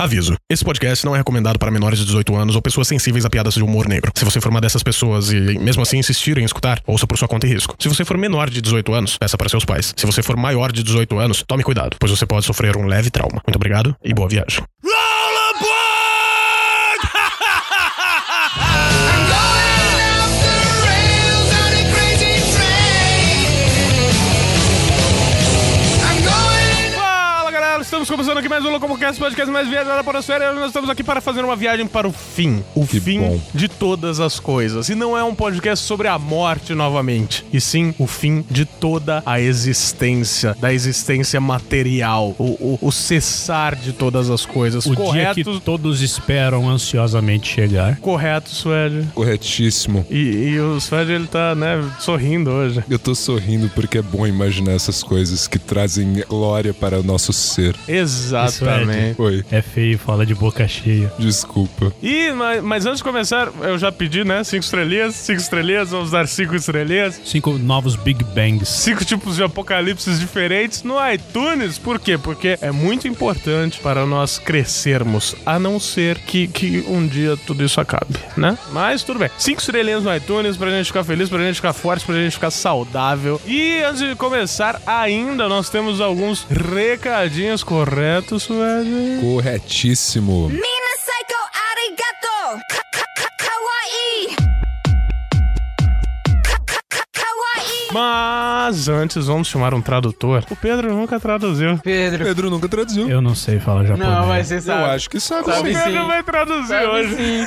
Aviso: esse podcast não é recomendado para menores de 18 anos ou pessoas sensíveis a piadas de humor negro. Se você for uma dessas pessoas e, mesmo assim, insistir em escutar, ouça por sua conta e risco. Se você for menor de 18 anos, peça para seus pais. Se você for maior de 18 anos, tome cuidado, pois você pode sofrer um leve trauma. Muito obrigado e boa viagem. Going off the rails on a crazy train. I'm going. Fala galera, estamos começando aqui mais um Locomocast, podcast mais viajada para a série. Nós estamos aqui para fazer uma viagem para o fim. O Que fim bom. de todas as coisas. E não é um podcast sobre a morte novamente, e sim o fim de toda a existência, da existência material, o, o- o cessar de todas as coisas. O dia corretos, que todos esperam ansiosamente chegar. corretos, velho. Corretíssimo. E, e o Sven, ele tá, né, sorrindo hoje. Eu tô sorrindo porque é bom imaginar essas coisas que trazem glória para o nosso ser. Exatamente. Oi, É feio, fala de boca cheia. desculpa. E, mas, mas antes de começar, eu já pedi, né, cinco estrelinhas, cinco estrelinhas, vamos dar cinco estrelinhas. Cinco novos Big Bangs. cinco tipos de apocalipses diferentes no iTunes. Por quê? Porque é muito importante para nós crescermos, a não ser que, que um dia tudo isso acabe, né? Mas tudo bem. Cinco estrelinhas no iTunes pra gente ficar feliz, pra gente ficar forte, pra gente ficar saudável. E antes de começar, ainda nós temos alguns recadinhos corretos, velho. Corretíssimo. Mina psycho arigato. Ka- ka- ka- Kawaii. Ka- ka- ka- Kawaii. Mas antes vamos chamar um tradutor. O Pedro nunca traduziu. Pedro. Pedro nunca traduziu. Eu não sei falar japonês. Não, mas você Eu sabe. acho que sabe, O Sabe sim. sim. Pedro vai traduzir Sabe hoje. sim.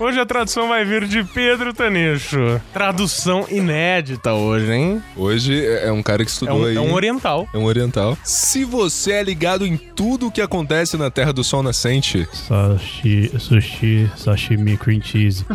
Hoje a tradução vai vir de Pedro Tanejo. Tradução inédita hoje, hein? Hoje é é um cara que É estudou um, aí. é um oriental. É um oriental. Se você é ligado em tudo o que acontece na Terra do Sol Nascente, Sashi, sushi, sashimi, cream cheese. Pô,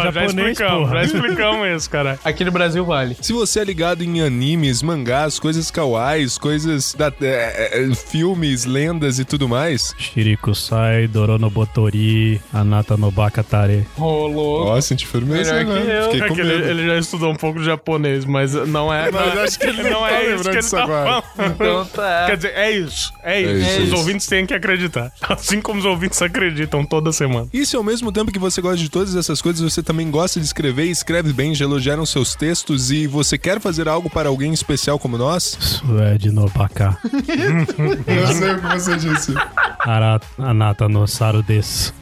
já japonês, explicamos, porra. já explicamos isso, cara. Aqui no Brasil vale. se você é ligado em animes, mangás, coisas kawais, coisas da é, é, é, filmes, lendas e tudo mais, Shirikusai, Doronobotori, Anata no Bakatare. Rolou. ó, senti firmeza, Melhor que né? eu. Fiquei É com que ele, medo. ele já estudou um pouco de japonês, mas não é. Mas acho que ele não tá lembrando disso agora. falando. Então tá. Quer dizer, é isso. É isso. isso. Os isso. ouvintes têm que acreditar. Assim como os ouvintes acreditam toda semana. E se é ao mesmo tempo que você gosta de todas essas coisas, você também gosta de escrever e escreve bem, já elogiaram seus textos e você quer fazer algo para alguém especial como nós? Suede no Baka. Eu sei o que você disse. Ara- Anata no Saru desu.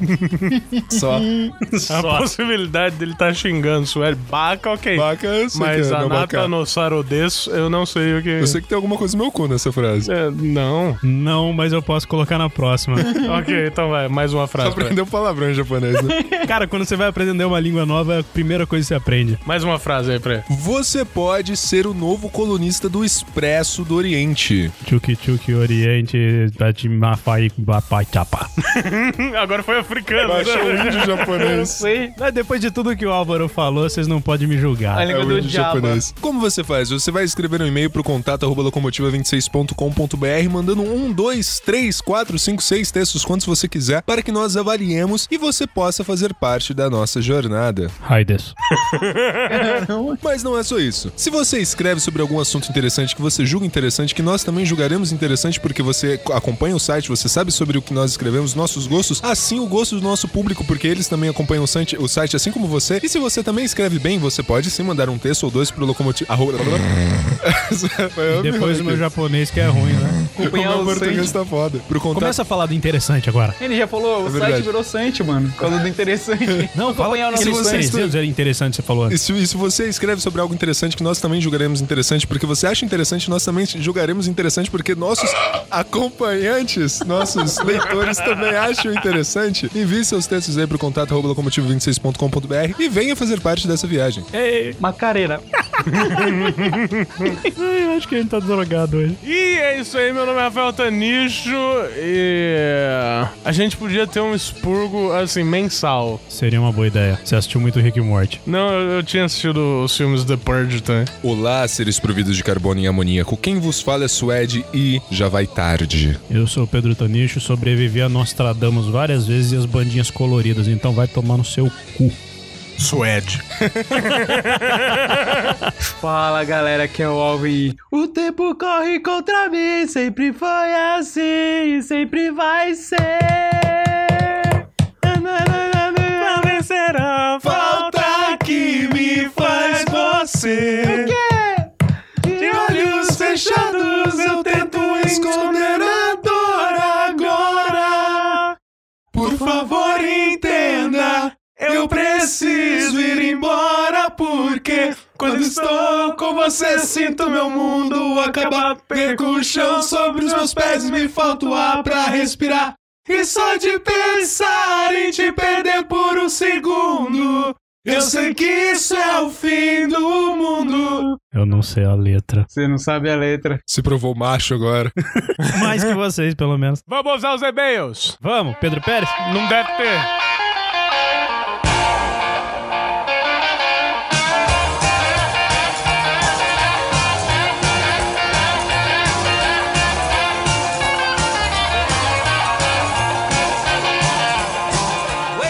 Só. A possibilidade dele estar tá xingando Sueli Baca, ok. Baca, eu sei mas que é, a não, Nata baca. no Sarodesso, eu não sei o que. Eu sei que tem alguma coisa no meu cu nessa frase. É, não. Não, mas eu posso colocar na próxima. ok, então vai, mais uma Só frase. aprendeu palavrão em japonês, né? Cara, quando você vai aprender uma língua nova, é a primeira coisa que você aprende. Mais uma frase aí pra ele. Você pode ser o novo colunista do Expresso do Oriente. Chuki Chuki Oriente, Tatimafai Bapachapa. Agora foi africano. né? é um índio Não japonês. sei. Mas depois de tudo que o Álvaro falou, vocês não podem me julgar. A É língua o do índio diabo. japonês. Como você faz? Você vai escrever um e-mail pro contato arroba locomotiva26.com.br mandando um, dois, três, quatro, cinco, seis textos, quantos você quiser, para que nós avaliemos e você possa fazer parte da nossa jornada. Raides. Mas não é só isso. Se você escreve sobre algum assunto interessante que você julga interessante, que nós também julgaremos interessante porque você co- acompanha o site, você sabe sobre o que nós escrevemos, nossos gostos, assim o gosto do nosso público, porque eles também acompanham o site, o site assim como você. E se você também escreve bem, você pode sim mandar um texto ou dois pro locomotivo. Depois o meu japonês que é ruim, né? Acompanhar o Sandy. tá foda. Pro contato. Começa a falar do interessante agora. Ele já falou, o verdade. site virou Sandy, mano. Por causa do interessante. Não, acompanhar o nosso se Aqueles você três estuda- dedos era é interessante, você falou E antes. se, e se você escreve sobre algo interessante que nós também julgaremos interessante, porque você acha interessante, nós também julgaremos interessante, porque nossos acompanhantes, nossos leitores também acham interessante. Envie seus textos aí pro contato arroba locomotivo26.com.br e venha fazer parte dessa viagem. Macareira. Eu acho que a gente tá drogado hoje. E é isso aí, meu nome é Rafael Tanicho e. A gente podia ter um expurgo, assim, mensal. Seria uma boa ideia. Você assistiu muito Rick e Morty. Não, eu, eu tinha assistido os filmes The Purge também. Olá, seres providos de carbono e amoníaco. Quem vos fala é Suede e já vai tarde. Eu sou o Pedro Tanicho, sobrevivi a Nostradamus várias vezes e as bandinhas coloridas, então vai tomar no seu cu. Suede. Fala galera, aqui é o Alvin. e O tempo corre contra mim, sempre foi assim, e sempre vai ser. Não vencerá falta que me faz você. De olhos fechados eu tento esconder a dor agora. Por favor, entenda. Eu preciso ir embora porque quando estou com você sinto meu mundo acabar. Perco É o chão sobre os meus pés, me falta o ar pra respirar. E só de pensar em te perder por um segundo, eu sei que isso é o fim do mundo. Eu não sei a letra. Você não sabe a letra. Se provou macho agora. Mais que vocês, pelo menos. Vamos aos e-mails. Vamos, Pedro Pérez? Não deve ter.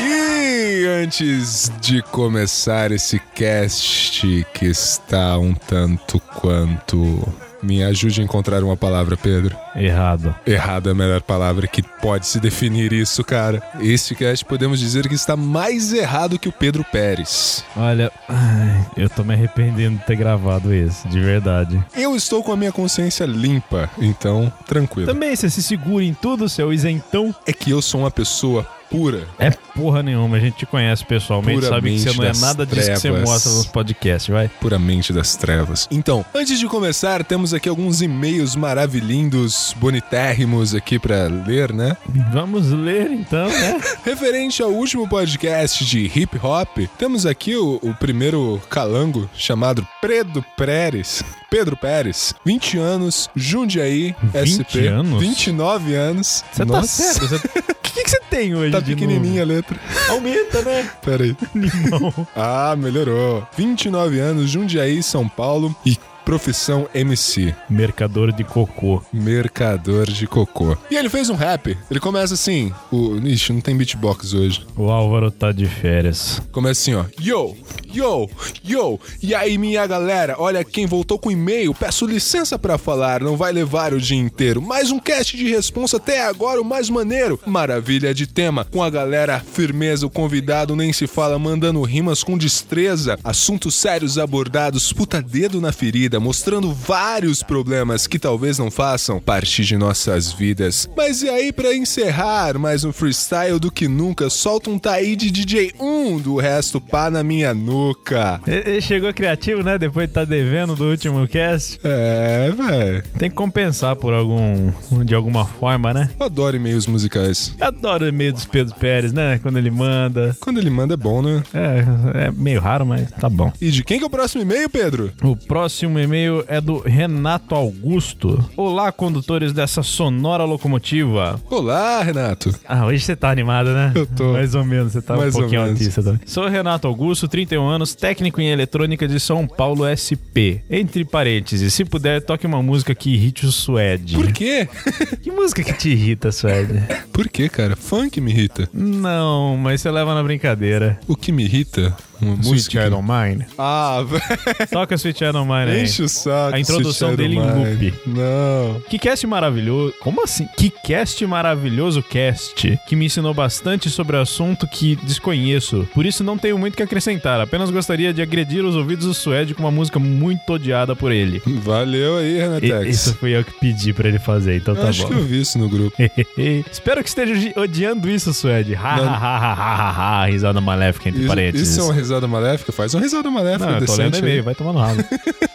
E antes de começar esse cast que está um tanto quanto. Me ajude a encontrar uma palavra, Pedro. Errado. Errada é a melhor palavra que pode se definir isso, cara. Este cast podemos dizer que está mais errado que o Pedro Pérez. Olha, ai, eu tô me arrependendo de ter gravado esse, de verdade. Eu estou com a minha consciência limpa, então tranquilo. Também, você se segura em tudo, seu isentão. É que eu sou uma pessoa pura. É porra nenhuma, a gente te conhece pessoalmente, sabe que Puramente você não é das nada disso que você trevas. mostra nos podcasts, vai. puramente das trevas. Então, antes de começar, temos aqui alguns e-mails maravilhindos, bonitérrimos aqui pra ler, né? Vamos ler então, né? Referente ao último podcast de hip hop, temos aqui o, o primeiro calango chamado Pedro Pérez. Pedro Pérez, 20 anos, Jundiaí, 20 SP, anos? 29 anos. Você tá Nossa, sério? Você- O que, que você tem hoje Tá de pequenininha a letra. novo? Aumenta, né? Peraí. Limão. Ah, melhorou. 29 anos, Jundiaí, São Paulo e profissão MC. Mercador de cocô. Mercador de cocô. E ele fez um rap. Ele começa assim. O, ixi, não tem beatbox hoje. O Álvaro tá de férias. Começa assim, ó. Yo, yo, yo. E aí, minha galera, olha quem voltou com e-mail. Peço licença pra falar, não vai levar o dia inteiro. Mais um cast de responsa até agora, o mais maneiro. Maravilha de tema. Com a galera, firmeza, o convidado nem se fala, mandando rimas com destreza. Assuntos sérios abordados, puta dedo na ferida, mostrando vários problemas que talvez não façam parte de nossas vidas. Mas e aí, pra encerrar, mais um freestyle do que nunca, solta um taí de DJ1 do resto pá na minha nuca. Ele chegou criativo, né? Depois de tá devendo do último cast. É, velho. Tem que compensar por algum. de alguma forma, né? Eu adoro e-mails musicais. Eu adoro o e-mail dos Pedro Pérez, né? Quando ele manda. Quando ele manda é bom, né? É, é meio raro, mas tá bom. E de quem que é o próximo e-mail, Pedro? O próximo e-mail é do Renato Augusto. Olá, condutores dessa sonora locomotiva. Olá, Renato. Ah, hoje você tá animado, né? Eu tô. Mais ou menos, você tá Mais um ou pouquinho menos. autista também. Sou Renato Augusto, 31 anos, técnico em eletrônica de São Paulo SP. Entre parênteses, se puder, toque uma música que irrite o Suede. Por quê? Que música que te irrita, Suede? Por quê, cara? Funk me irrita. Não, mas você leva na brincadeira. O que me irrita? Uma música. que- Mine. Ah, velho. Toca Sweet Child O' Mine aí. Enche o saco. A introdução esse dele em Shadow loop. Mind. Não. Que cast maravilhoso. Como assim? Que cast maravilhoso cast, que me ensinou bastante sobre assunto que desconheço. Por isso não tenho muito que acrescentar, apenas gostaria de agredir os ouvidos do Suede com uma música muito odiada por ele. Valeu aí, E- Renatex. isso foi eu que pedi pra ele fazer, então Eu tá acho bom. que eu vi isso no grupo. Espero que esteja odi- odiando isso, Suede. Ha, Não. ha, ha, ha, ha, ha, ha, risada maléfica entre Isso, parênteses. isso é uma risada maléfica? Faz uma risada maléfica Não, eu tô lendo decente. e-mail, aí. vai tomar no rabo.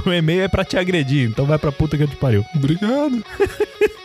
O e- o e-mail é pra te agredir, então vai pra puta que eu te pariu. Obrigado.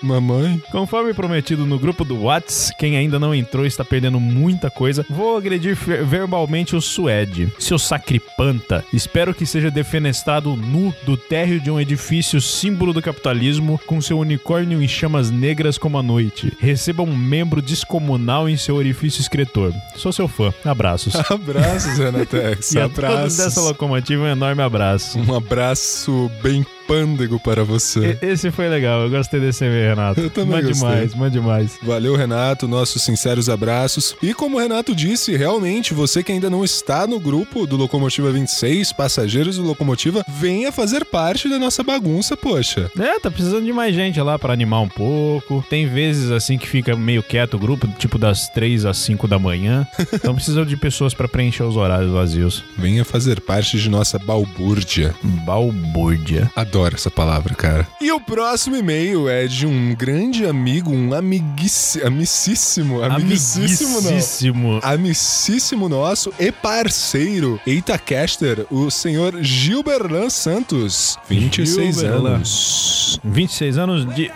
Mamãe. Conforme prometido no grupo do Whats, quem ainda não entrou está perdendo muita coisa. Vou agredir fe- verbalmente o Suede, seu sacripanta. Espero que seja defenestrado nu do térreo de um edifício símbolo do capitalismo, com seu unicórnio em chamas negras como a noite. Receba um membro descomunal em seu orifício excretor. Sou seu fã. Abraços. Abraços, Renatex. E a todos dessa Abraços. locomotiva, um enorme abraço. Um abraço bem pândego para você. E- Esse foi legal, eu gostei desse e-mail, Renato. É. Eu também Mande gostei. mais, mande mais. Valeu, Renato. Nossos sinceros abraços. E como o Renato disse, realmente, você que ainda não está no grupo do Locomotiva 26, passageiros do Locomotiva, venha fazer parte da nossa bagunça, poxa. É, tá precisando de mais gente lá pra animar um pouco. Tem vezes assim que fica meio quieto o grupo, tipo das 3 às 5 da manhã. Então precisando de pessoas pra preencher os horários vazios. Venha fazer parte de nossa balbúrdia. Balbúrdia. Adoro essa palavra, cara. E o próximo e-mail é de um grande amigo, um amiguíssimo, amicíssimo, amiguíssimo não. Amiguíssimo. Amicíssimo nosso e parceiro, Eita Caster, o senhor Gilberlan Santos, 26 Gilberlan. anos. 26 anos de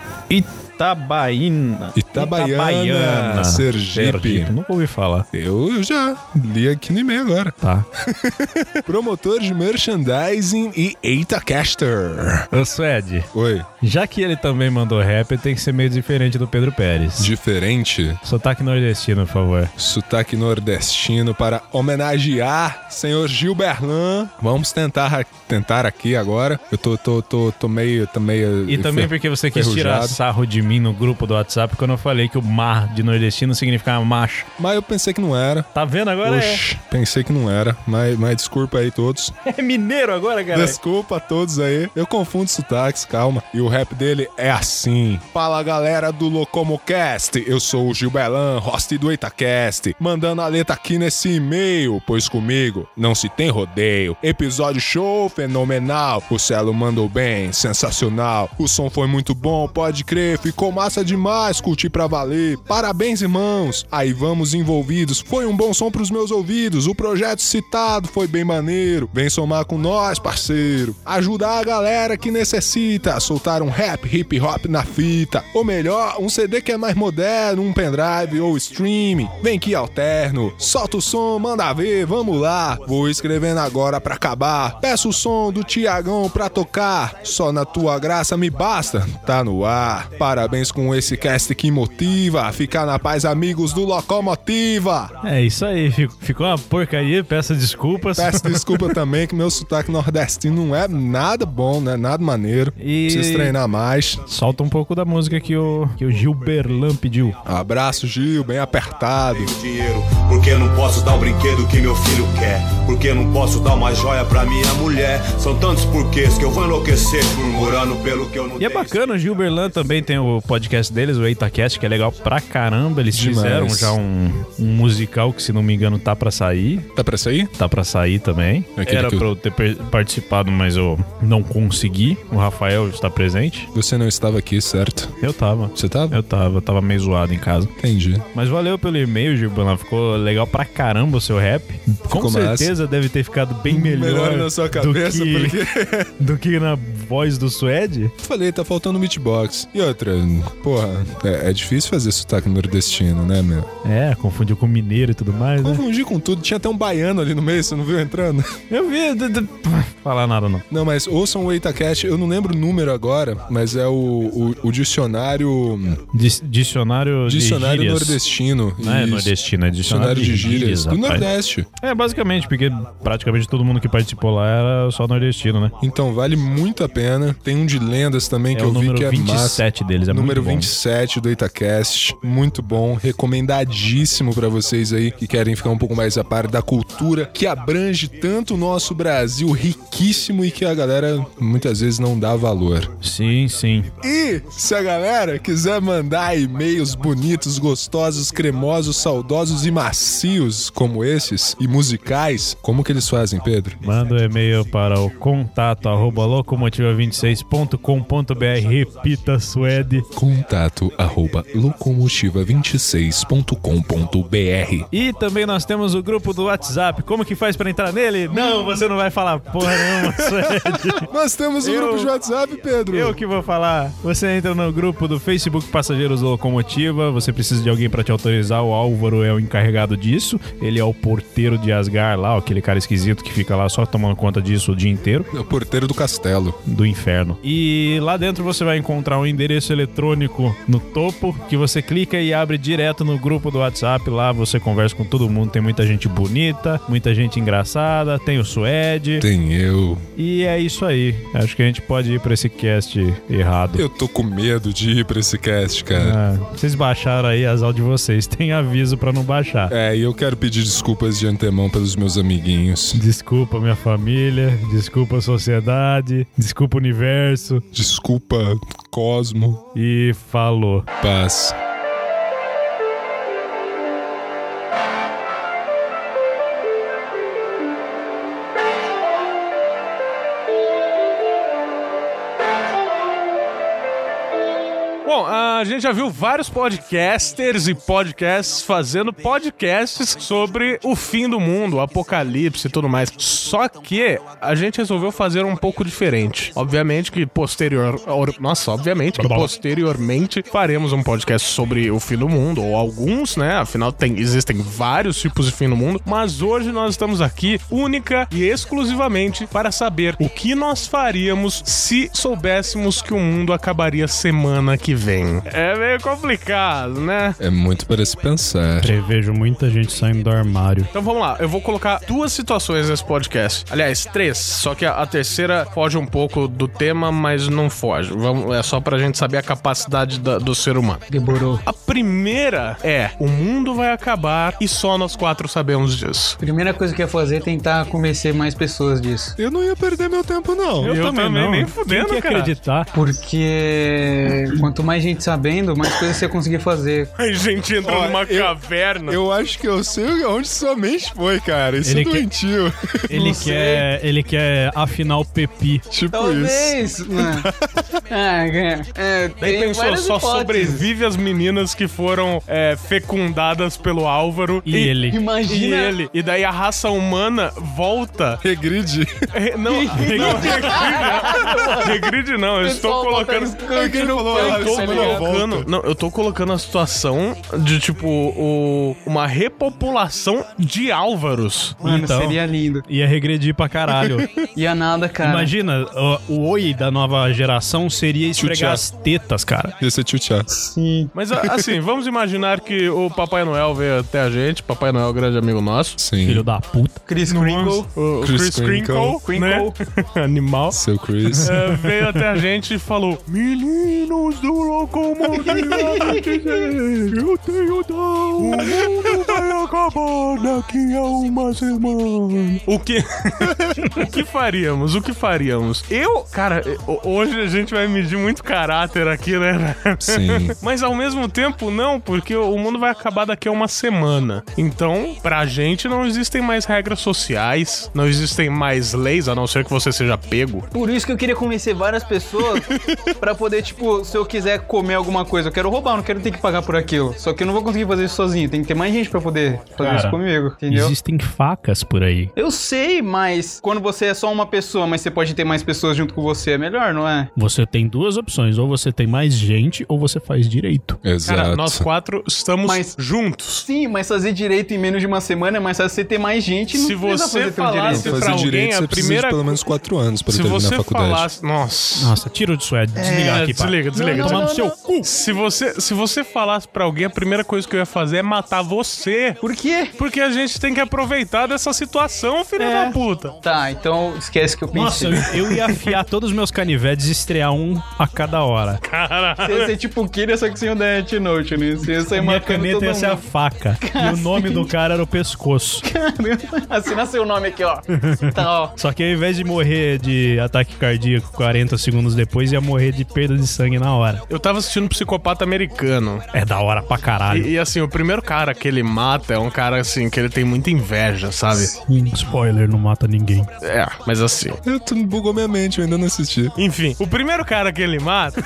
Itabaína. Itabaiana, Sergipe. Nunca ouvi falar. Eu já li aqui no e-mail agora. Tá. Promotor de merchandising e Eita Caster. Ô, Suede, Oi, já que ele também mandou rap, tem que ser meio diferente do Pedro Pérez. diferente Sotaque nordestino, por favor. sotaque nordestino para homenagear senhor Gilberlan. Vamos tentar, tentar aqui agora. Eu tô, tô, tô, tô meio, tô meio... E também fer- porque você quis tirar ferrujado. sarro de mim no grupo do WhatsApp quando eu falei que o mar de nordestino significava macho. Mas eu pensei que não era. Tá vendo agora? Oxi, pensei que não era, mas, mas desculpa aí todos. É, é mineiro agora, cara. Desculpa a todos aí. Eu confundo sotaques, calma. E o rap dele é assim. Fala galera do Locomocast, eu sou o Gil Belan, host do Itacast, mandando a letra aqui nesse e-mail, pois comigo não se tem rodeio. Episódio show fenomenal, o Celo mandou bem, sensacional. O som foi muito bom, pode crer, ficou massa demais, curti pra valer. Parabéns, irmãos. Aí vamos envolvidos, foi um bom som pros meus ouvidos, o projeto tá citado foi bem maneiro. Vem somar com nós, parceiro. Ajudar a galera que necessita. Soltar um rap, hip hop na fita. Ou melhor, um CD que é mais moderno, um pendrive ou streaming. Vem que alterno. Solta o som, manda ver, vamos lá. Vou escrevendo agora pra acabar. Peço o som do Tiagão pra tocar. Só na tua graça me basta. Tá no ar. Parabéns com esse cast que motiva. Ficar na paz, amigos do Locomotiva. É isso aí, fico- ficou uma porcaria, peço desculpas. Peço desculpa também que meu sotaque nordestino não é nada bom, né? Nada maneiro. E- Preciso treinar mais. Solta um pouco da música que o, que o Gilberlan pediu. Abraço, Gil, bem apertado. tenho dinheiro, porque não posso dar o brinquedo que meu filho quer, porque não posso dar uma joia pra minha mulher. São tantos porquês que eu vou enlouquecer, murmurando pelo que eu não E é tenho. bacana, o Gilberlan também tem o podcast deles, o EitaCast, que é legal pra caramba. Eles Demais. fizeram já um, um musical que, se não me engano, tá pra sair. Tá pra sair? Tá pra sair também. Aquele Era que o- pra eu ter per- participado, mas eu não consegui. O Rafael está presente. Você não estava aqui, certo? Eu tava. Você tava? Eu tava, tava meio zoado em casa. Entendi. Mas valeu pelo e-mail, Gilberlan. Ficou legal pra caramba o seu rap. Com Ficou massa. certeza deve ter ficado bem melhor, Melhor na sua cabeça, do que, porque. do que na voz do Suede. Falei, tá faltando beatbox. E outra, porra, é, é difícil fazer sotaque nordestino, né, meu? É, confundiu com mineiro e tudo mais, né? Confundi com tudo, tinha até um baiano ali no meio, você não viu entrando? Eu vi. d- d- Falar nada, não. Não, mas ouçam o EitaCast, eu não lembro o número agora, mas é o, o- o dicionário. Dis- dicionário de Dicionário gírias. nordestino. Não é Isso. nordestino, é dicionário, Dicionário de gírias do rapaz. Nordeste. É, basicamente, porque praticamente todo mundo que participou lá era só nordestino, né? Então vale muito a pena. Tem um de lendas também É que o eu vi número que é 27 massa. deles, é número muito bom. 27 do Itacast, muito bom, recomendadíssimo pra vocês aí que querem ficar um pouco mais a par da cultura que abrange tanto o nosso Brasil riquíssimo e que a galera muitas vezes não dá valor. Sim, sim. E se a galera quiser mandar e-mails bonitos, gostosos, cremosos, saudosos e macios como esses e musicais, como que eles fazem, Pedro? Manda um e-mail para o contato arroba locomotiva26.com.br. Repita, Suede. contato arroba locomotiva26.com.br E também nós temos o grupo do WhatsApp. Como que faz pra entrar nele? Não, você não vai falar porra nenhuma, Suede. Nós temos um Eu- grupo de WhatsApp, Pedro. Eu que vou falar. Você entra no grupo do Facebook Passageiros da Locomotiva. Você precisa de alguém pra te autorizar. O Álvaro é o encarregado disso. Ele é o porteiro de Asgar lá, ó, aquele cara esquisito que fica lá só tomando conta disso o dia inteiro. É o porteiro do castelo. do inferno. E lá dentro você vai encontrar um endereço eletrônico no topo que você clica e abre direto no grupo do WhatsApp. Lá você conversa com todo mundo. Tem muita gente bonita, muita gente engraçada. Tem o Suede. Tem eu. E é isso aí. Acho que a gente pode ir pra esse cast errado. Eu tô com medo de ir pra esse cast, cara. Ah, vocês baixaram aí as aulas de vocês. Tem aviso pra não baixar. É, e eu quero pedir desculpas de antemão pelos meus amiguinhos. Desculpa minha família, desculpa a sociedade, desculpa o universo Desculpa, Cosmo. e falou. Paz. Bom, a gente já viu vários podcasters e podcasts fazendo podcasts sobre o fim do mundo, o apocalipse e tudo mais. Só que a gente resolveu fazer um pouco diferente. Obviamente que posterior, or- nossa, obviamente que posteriormente faremos um podcast sobre o fim do mundo ou alguns, né? Afinal tem existem vários tipos de fim do mundo, mas hoje nós estamos aqui única e exclusivamente para saber o que nós faríamos se soubéssemos que o mundo acabaria semana que vem. É meio complicado, né? É muito para se pensar. Prevejo muita gente saindo do armário. Então vamos lá, eu vou colocar duas situações nesse podcast. Aliás, três, só que a, a terceira foge um pouco do tema, mas não foge. Vamos, é só pra gente saber a capacidade da- do ser humano. Demorou. A primeira é: o mundo vai acabar e só nós quatro sabemos disso. Primeira coisa que eu ia fazer é tentar convencer mais pessoas disso. Eu não ia perder meu tempo, não. Eu também, nem Quem fudendo, que ia cara. acreditar? Porque quanto mais gente sabendo, mais coisas você conseguir fazer. A gente entrou Ó, numa eu- caverna. Eu acho que eu sei onde sua mente foi, cara. Isso Ele é quer- doentio. Ele quer, ele quer afinar o Pepi. tipo isso. Talvez, mano. Ah, é, é, Daí tem pensou, várias só hipóteses. sobrevive as meninas que foram é, fecundadas pelo Álvaro. E ele. E Imagina. ele. E daí a raça humana volta. Regride. É, Não, não regride, regride não. Eu estou Pessoal colocando. botando sangue no falou, pão, ah, Eu tô Isso tá é ligado? melhor. colocando, volta. não, eu tô colocando a situação de tipo o- uma repopulação de Álvaros. Mano, Então. seria lindo. Ia regredir pra caralho. Ia nada, cara. Imagina, o, o oi da nova geração seria esfregar as tetas, cara. Ia ser tchutchá. Mas a- assim, vamos imaginar que o Papai Noel veio até a gente. Papai Noel é um grande amigo nosso. Sim. Filho da puta. Chris Kringle. O, o Chris, Chris Crinkle, né? Animal. Seu Chris. É, veio até a gente e falou: Meninos do Locomotiva, eu tenho dó. O mundo vai acabar daqui a uma semana. O que. o que faríamos? O que faríamos? Eu, cara, ho- hoje a gente vai medir muito caráter aqui, né? Sim. Mas ao mesmo tempo, não, porque o mundo vai acabar daqui a uma semana. Então, pra gente, não existem mais regras sociais, não existem mais leis, a não ser que você seja pego. Por isso que eu queria convencer várias pessoas pra poder, tipo, se eu quiser comer alguma coisa, eu quero roubar, eu não quero ter que pagar por aquilo. Só que eu não vou conseguir fazer isso sozinho, tem que ter mais gente pra poder fazer Cara, isso comigo, entendeu? Existem facas por aí. Eu sei, mas quando você é só uma pessoa, mas você pode ter mais pessoas junto com você, é melhor, não é? Você tem duas opções, ou você tem mais gente, ou você faz direito. Exato. Cara, nós quatro estamos Mas- juntos. Sim, mas fazer direito em menos de uma semana é mais fácil você ter mais gente e não Se precisa você fazer tão falasse- direito. pra fazer alguém, é direito, a você precisa primeira- de pelo menos quatro anos para Se terminar a você faculdade. falasse. Nossa. Nossa, tira o sué, desliga É, aqui, pá. desliga, desliga. Tomar no seu cu. Se você, se você falasse pra alguém, a primeira coisa que eu ia fazer é matar você. Por quê? Porque a gente tem que aproveitar dessa situação, filho É. da puta. Tá, então esquece que eu Nossa, pensei. eu, eu ia afiar todos os meus canivetes e estrear um a cada hora. Você ia ser tipo o Kira, só que sem o Death Note, né? Você ia sair Minha matando todo caneta ia ser a mundo. faca. E o nome do cara era o pescoço. Assina seu Assim, nome aqui, ó. Tá, ó. Só que ao invés de morrer de ataque cardíaco 40 segundos depois, ia morrer de perda de sangue na hora. Eu tava assistindo um psicopata americano. É da hora pra caralho. E, e, assim, o primeiro cara que ele mata é um cara assim que ele tem muita inveja, sabe? um Spoiler, não mata ninguém. É, mas assim. Eu, tu bugou minha mente, eu ainda não assisti. Enfim, o primeiro cara que ele mata.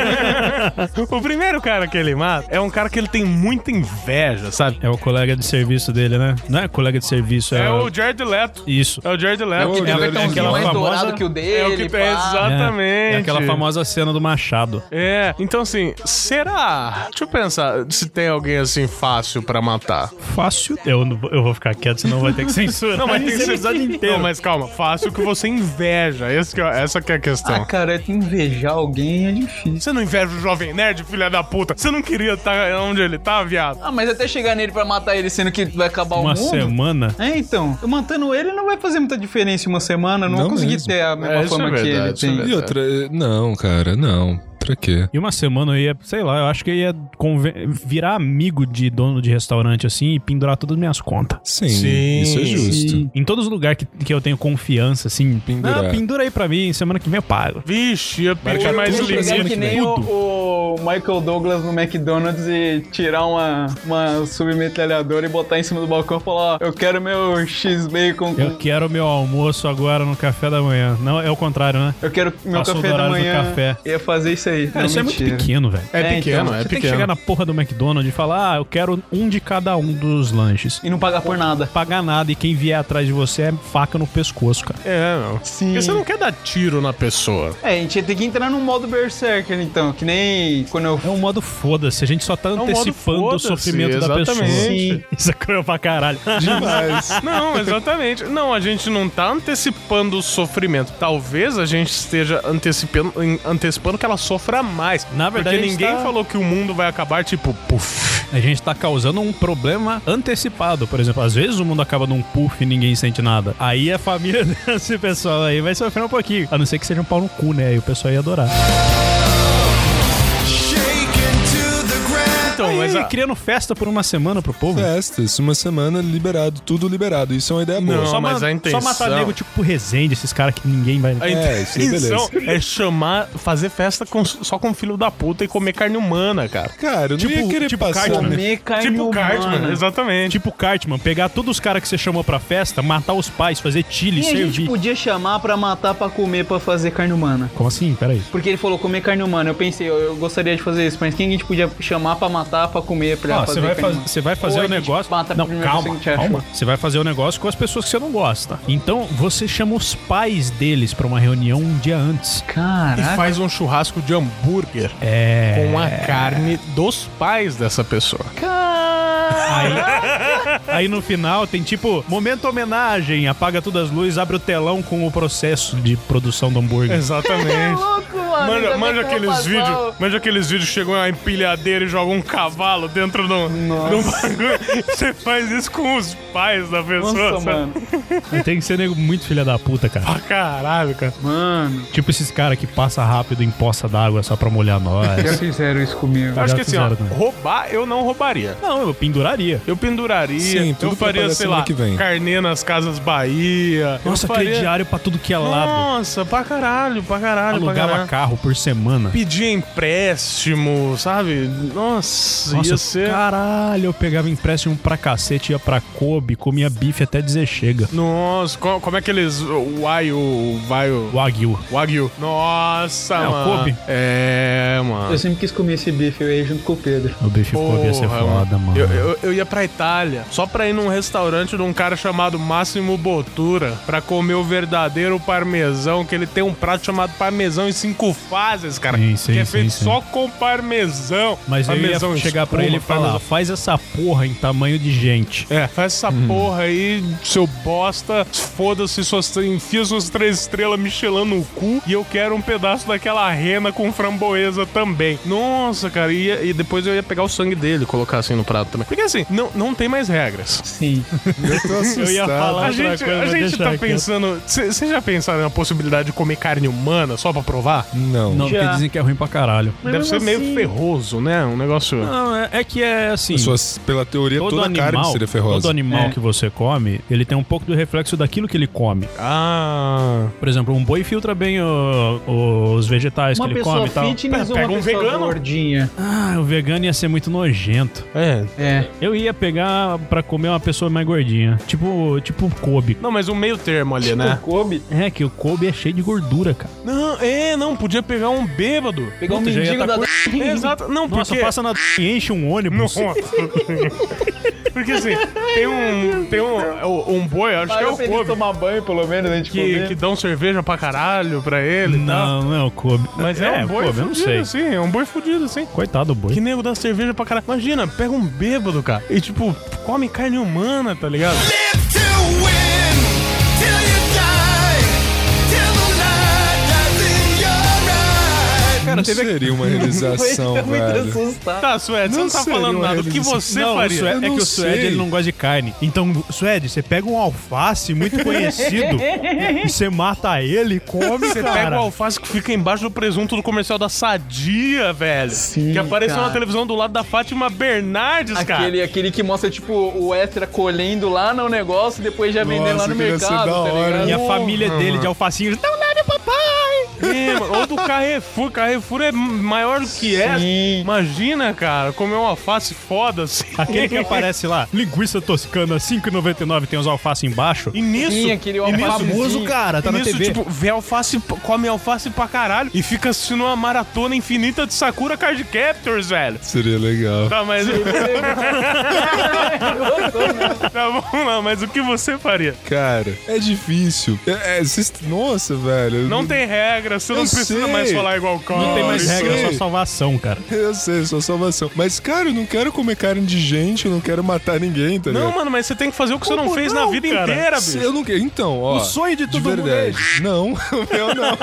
o primeiro cara que ele mata é um cara que ele tem muita inveja, sabe? É o colega de serviço dele, né? Não é colega de serviço, é, É o Jared Leto. Isso. É o Jared Leto. É o Tem um Jared cartãozinho aquela mais famosa- dourado que o É o dele, que tem, pá. exatamente. É, é aquela famosa cena do Machado. É, então assim, será? Deixa eu pensar se tem alguém assim fácil pra matar. Fácil. Eu, não vou- eu vou ficar quieto, senão vai ter que censurar. Não, mas tem que esse ser episódio inteiro. Não, mas calma, faça o que você inveja. Esse que é- essa que é a Ah, questão. cara, invejar alguém é difícil. Você não inveja o jovem nerd, filha da puta? Você não queria estar onde ele tá, viado? Ah, mas até chegar nele pra matar ele, sendo que vai acabar o Tá Uma mundo. semana. É, então. Eu matando ele não vai fazer muita diferença em uma semana. Eu Não, Não vou conseguir mesmo. ter a É, mesma isso fama é que ele verdade, isso é tem. verdade. E outra, eh, não, cara, não. Pra quê? E uma semana eu ia, sei lá, eu acho que eu ia conven- virar amigo de dono de restaurante assim e pendurar todas as minhas contas. Sim, Sim, isso é justo. Sim. Em todos os lugares que, que eu tenho confiança, assim. Pendurar. Não, pendura aí pra mim, semana que vem eu pago. Vixe, ia pedir Marcar mais tudo pra Chegar limite. um que nem o, o Michael Douglas no McDonald's e tirar uma, uma submetralhadora e botar em cima do balcão e falar: ó, Eu quero meu X-Bacon. com- Eu Hum. quero meu almoço agora no café da manhã. Não, é o contrário, né? Eu quero meu Passou café do da horário do manhã. café. Ia fazer isso aí. Cara, Não, isso é muito mentira. pequeno, velho. É É, pequeno, então, é Você tem que chegar pequeno. na porra do McDonald's e falar, ah, eu quero um de cada um dos lanches. E não pagar por nada. Pagar nada e quem vier atrás de você é faca no pescoço, cara. É, não. Sim. Porque você não quer dar tiro na pessoa. É, a gente ia ter que entrar no modo Berserker, então. Que nem quando eu. É um modo foda-se, a gente só tá um modo antecipando o foda-se, sofrimento da pessoa. exatamente. Sim. Isso é cruel pra caralho. Demais. Não, exatamente. Não, a gente não tá antecipando o sofrimento. Talvez a gente esteja antecipando, em- antecipando que ela sofra mais. Na verdade, a Porque gente ninguém tá- falou que o mundo vai acabar, tipo, puf. A gente tá causando um problema antecipado. Por exemplo, às vezes o mundo acaba num puff e ninguém sente nada. Aí a família desse pessoal aí vai sofrer um pouquinho. A não ser que seja um pau no cu, né? Aí o pessoal ia adorar. Então, mas Aí, a- criando festa por uma semana pro É, povo. Festas, uma semana liberado, tudo liberado. Isso é uma ideia boa. Não, Só- mas ma- a intenção- Só matar nego tipo Resende, esses caras que ninguém vai... A É, isso é intenção é chamar, fazer festa com- só com filho da puta e comer carne humana, cara. Cara, eu não ia querer tipo passar. Cartman. né? Comer carne tipo Cartman, humana. exatamente. Tipo Cartman, pegar todos os caras que você chamou pra festa, matar os pais, fazer chile, E a gente servir. tipo, podia chamar pra matar, pra comer, pra fazer carne humana. Como assim? Peraí. Porque ele falou comer carne humana. Eu pensei, eu, eu gostaria de fazer isso, mas quem a gente podia chamar pra matar, pra comer, pra Ah, você fazer vai, carne faz- humana? você vai fazer Ou a o gente negócio. mata a Não, primeira pessoa calma, que a gente acha. calma. Você vai fazer o negócio com as pessoas que você não gosta. Então, você chama os pais deles pra uma reunião um dia antes. e Caraca. faz um churrasco de hambúrguer É. com a carne dos pais dessa pessoa. Aí, aí no final tem tipo, momento homenagem, apaga todas as luzes, abre o telão com o processo de produção do hambúrguer. Exatamente. louco, mano. Manja, manja aqueles vídeos, manja aqueles vídeos que chegam a empilhadeira e jogam um cavalo dentro de um, de um bagulho. Você faz isso com os pais da pessoa, Nossa, sabe? mano. tem que ser nego muito filha da puta, cara. Pra caralho, cara. Mano, Tipo esses caras que passa rápido em poça d'água só pra molhar já nós. fizeram isso comigo. Eu acho que assim, ó, fizeram também. roubar eu não roubaria. Não, eu penduraria. Eu penduraria, Sim, tudo eu pra faria, pagar sei semana lá, que vem. carnê nas casas Bahia. Nossa, eu faria... crediário pra tudo que é lado. Nossa, pra caralho, pra caralho, pra Alugava caralho. carro por semana. Pedir empréstimo, sabe? Nossa, Nossa, ia ser... caralho, eu pegava empréstimo pra cacete, ia pra Kobe, comia bife até dizer chega. Nossa, co- como é que eles... O Wai, o Vai, o... Wagyu. Wagyu. Nossa, É, o mano. Kobe. É, mano. Eu sempre quis comer esse bife, eu ia junto com o Pedro. O bife Kobe ia ser Porra, foda, mano. Eu, eu- eu ia pra Itália só pra ir num restaurante de um cara chamado Máximo Botura pra comer o verdadeiro parmesão, que ele tem um prato chamado parmesão em cinco fases, cara. Sim, sim, que é sim, feito sim. só com parmesão. Mas eu ia Parmesão chegar pra ele e espuma, falar, faz essa porra em tamanho de gente. É, faz essa Uhum. porra aí, seu bosta, foda-se, suas, tre- enfia suas três estrelas Michelin no cu e eu quero um pedaço daquela rena com framboesa também. Nossa, cara, e, ia- e depois eu ia pegar o sangue dele e colocar assim no prato também. Porque assim, não, não tem mais regras. Sim. Eu tô assustado. falar- A outra gente, coisa, a vou gente deixar tá aqui. pensando. Vocês já pensaram na possibilidade de comer carne humana só pra provar? Não. Não, porque Já. dizem que é ruim pra caralho. Deve ser meio ferroso, né? Um negócio. Não, é, é que é assim... Pessoas, pela teoria, Todo é toda animal, carne seria ferrosa. todo animal É. que você come, ele tem um pouco do reflexo daquilo que ele come. Ah. Por exemplo, um boi filtra bem o- os vegetais Uma que ele come pessoa e tal. fitness ou Pega uma um pessoa vegano. gordinha. Ah, o vegano ia ser muito nojento. É. É. Eu ia pegar pra comer uma pessoa mais gordinha. Tipo, tipo o Kobe. Não, mas um meio termo ali, né? O Kobe É, que o Kobe é cheio de gordura, cara. Não, é, não, podia podia pegar um bêbado. Pegar um Puta, já ia mendigo tá da. Exato. Não, Nossa, porque... passa na e enche um ônibus. Nossa. Porque assim, tem um, tem um, um boi, acho Parou que é pra o ele Kobe, tomar banho, pelo menos, né? Gente que, que dão cerveja pra caralho pra ele e tal. Não, não é o Kobe. Mas é, um boi Kobe, eu não fudido, sei. assim, é um boi fudido, assim. Coitado do boi. Que nego dá cerveja pra caralho. Imagina, pega um bêbado, cara, e tipo, come carne humana, tá ligado? Cara, seria uma realização, tá muito velho. assustado. Tá, Suede, você Não não tá seria falando uma nada. O que realização. você não, o faria? Eu Sué- é não que o Suede sei. ele não gosta de carne. Então, Suede, você pega um alface muito conhecido e você mata ele e come, Você cara. pega o alface que fica embaixo do presunto do comercial da Sadia, velho. Sim, que apareceu na cara. televisão do lado da Fátima Bernardes, cara. Aquele, aquele que mostra, tipo, o extra colhendo lá no negócio e depois já vendendo lá Nossa, no que deve ser mercado, da tá hora, ligado? E a família dele de alfacinhos. Não leve o papai! É, mano, ou do Carrefour. Carrefour é maior do que essa. Sim. Imagina, cara, comer um alface foda assim. Aquele que aparece lá, linguiça toscana, 5,99, tem os alface embaixo. E nisso, Sim, aquele e nisso, alface- Famoso, cara, tá e nisso tipo, vê alface, come alface pra caralho e fica assistindo uma maratona infinita de Sakura Card Captors, velho. Seria legal. Tá, mas, Gostou, né? tá, vamos lá, mas o que você faria? Cara, é difícil. É- é, vocês- nossa, velho. Não tem regra, você não Eu precisa sei. mais falar igual o Collor. Não tem mais Nossa. regra, é só salvação, cara. Eu sei, sou salvação. Mas, cara, eu não quero comer carne de gente, eu não quero matar ninguém, tá Não, ligado? mano, mas você tem que fazer o que você não Como fez na não, vida cara? inteira, Se bicho. Eu não quero. Então, ó. O sonho de todo de mundo é verdade. Não, o meu não.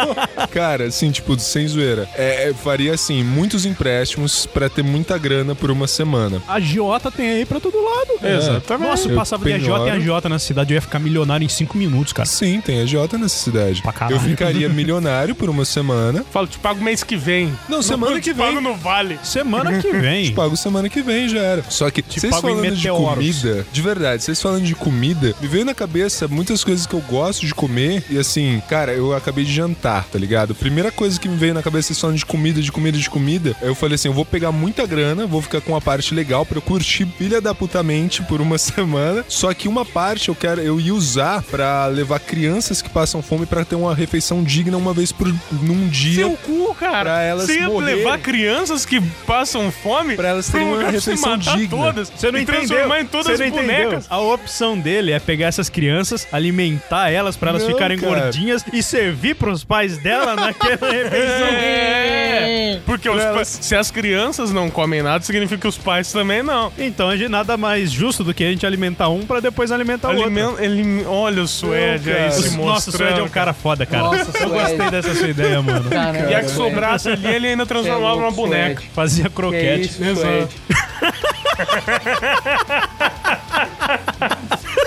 Cara, assim, tipo, sem zoeira. É, é, faria, assim, muitos empréstimos pra ter muita grana por uma semana. A Giota tem aí pra todo lado. cara. Exatamente. Nossa, eu Eu passava de agiota em penhoro. agiota na cidade, eu ia ficar milionário em 5 minutos, cara. Sim, tem agiota nessa cidade. Pra caralho. Eu ficaria milionário por uma semana. Falo, te pago mês que vem. Não, semana Eu que te vem. pago no vale. Semana que vem. Pago semana que vem, já era. Só que vocês pago em falando de meteoros. comida, de verdade, vocês falando de comida, me veio na cabeça muitas coisas que eu gosto de comer. E assim, cara, eu acabei de jantar, tá ligado? Primeira coisa que me veio na cabeça, vocês falando de comida, de comida, de comida, eu falei assim: eu vou pegar muita grana, vou ficar com a parte legal pra eu curtir filha da putamente por uma semana. Só que uma parte eu quero, eu ia usar pra levar crianças que passam fome pra ter uma refeição digna uma vez por num dia. Seu cu, cara. Pra elas Você ia morrerem. levar crianças que passam fome Pra elas terem pra um uma lugar pra refeição se matar digna. todas. Você não e entendeu? transformar em todas Você não as entendeu? bonecas. A opção dele é pegar essas crianças, alimentar elas pra elas Não, ficarem cara. gordinhas e servir pros pais dela naquela refeição. É, porque os pa- se as crianças não comem nada, significa que os pais também não. Então, a gente- nada mais justo do que a gente alimentar um pra depois alimentar o outro. Alimen- elim- olha o Suede Não, aí cara. se mostrando. Nossa, o Suede é um cara foda, cara. Nossa, Eu Suede. gostei dessa sua ideia, mano. Caramba, E É. a que velho. sobrasse ali, ele ainda Você é transformava numa louco, boneca. Suede. Fazia Que croquete. isso, Suede.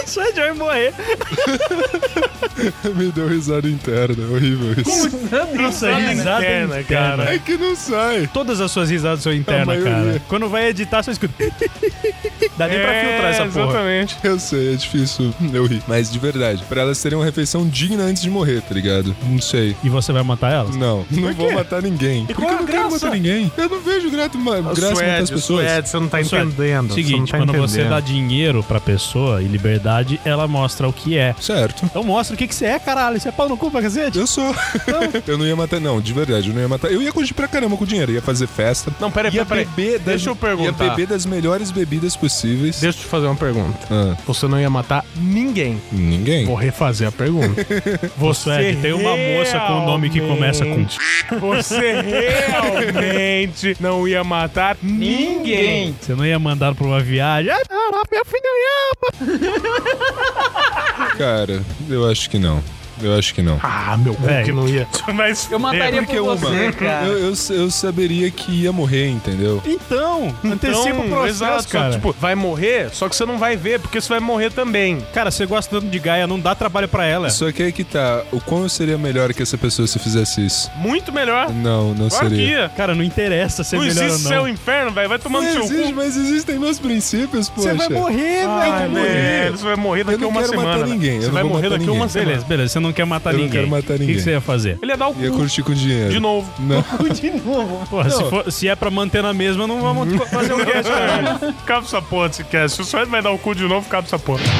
O Suede vai morrer. Me deu risada interna, horrível isso. Nossa, risada interna, né? interna, cara. cara. É que não sai. Todas as suas risadas são internas, maioria. cara. Quando vai editar, você escuta. Dá nem pra É, filtrar essa porra. Exatamente. Eu sei, é difícil eu rir. Mas de verdade, pra elas terem uma refeição digna antes de morrer, tá ligado? Não sei. E você vai matar elas? Não, não vou matar ninguém. Porque qual eu a não quero graça? matar ninguém. Eu não vejo graça, ma graça em matar as Suede, pessoas. Suede, você não tá Suede, entendendo. Seguinte, você não tá quando você entendendo. dá dinheiro pra pessoa e liberdade, ela mostra o que é. Certo. Então mostra o que que você é, caralho. Você é pau no cu pra cacete? Eu sou. eu não ia matar, não, de verdade, eu não ia matar. Eu ia curtir pra caramba com o dinheiro, ia fazer festa. Não, peraí, ia peraí, peraí. beber das, Deixa eu perguntar. Ia beber das melhores bebidas possíveis. Deixa eu te fazer uma pergunta. Ah, Você não ia matar ninguém. ninguém. Vou refazer a pergunta. Você é, tem uma moça com o nome que começa com realmente- Você realmente não ia matar ninguém. Ninguém. Você não ia mandar pra uma viagem. Ah, não, meu filho ia. Cara, eu acho que não. Eu acho que não. Ah, meu cu Velho. que não ia. Mas é, Eu mataria Porque por uma, você, cara. eu, eu, eu saberia que ia morrer, entendeu? Então, um antecipa o processo, exato, só que, cara. tipo, vai morrer, só que você não vai ver, porque você vai morrer também. cara, você gosta tanto de Gaia, não dá trabalho pra ela. Só que aí que tá, o quão eu seria melhor que essa pessoa se fizesse isso? Muito melhor. Não, não Claro que seria. ia. Cara, não interessa se é Não melhor existe ou seu não. inferno, velho. Vai Não tomando seu existe, cu. mas existem meus princípios, poxa. Você vai morrer, Ai, velho. velho, Você vai morrer daqui a não uma quero matar semana. né? ninguém, eu Você não vai vou morrer matar daqui a uma ninguém. semana. Beleza, beleza, você não quer matar Eu não ninguém. quero matar O que que ninguém. você ia fazer? Ele ia dar o Ia cu curtir com dinheiro. de novo. Não, Porra, se, for- se é pra manter na mesma, não vamos co- fazer um o cast, cara. Capa essa porra desse cast. Se o Suede vai dar o cu de novo, capa essa porra.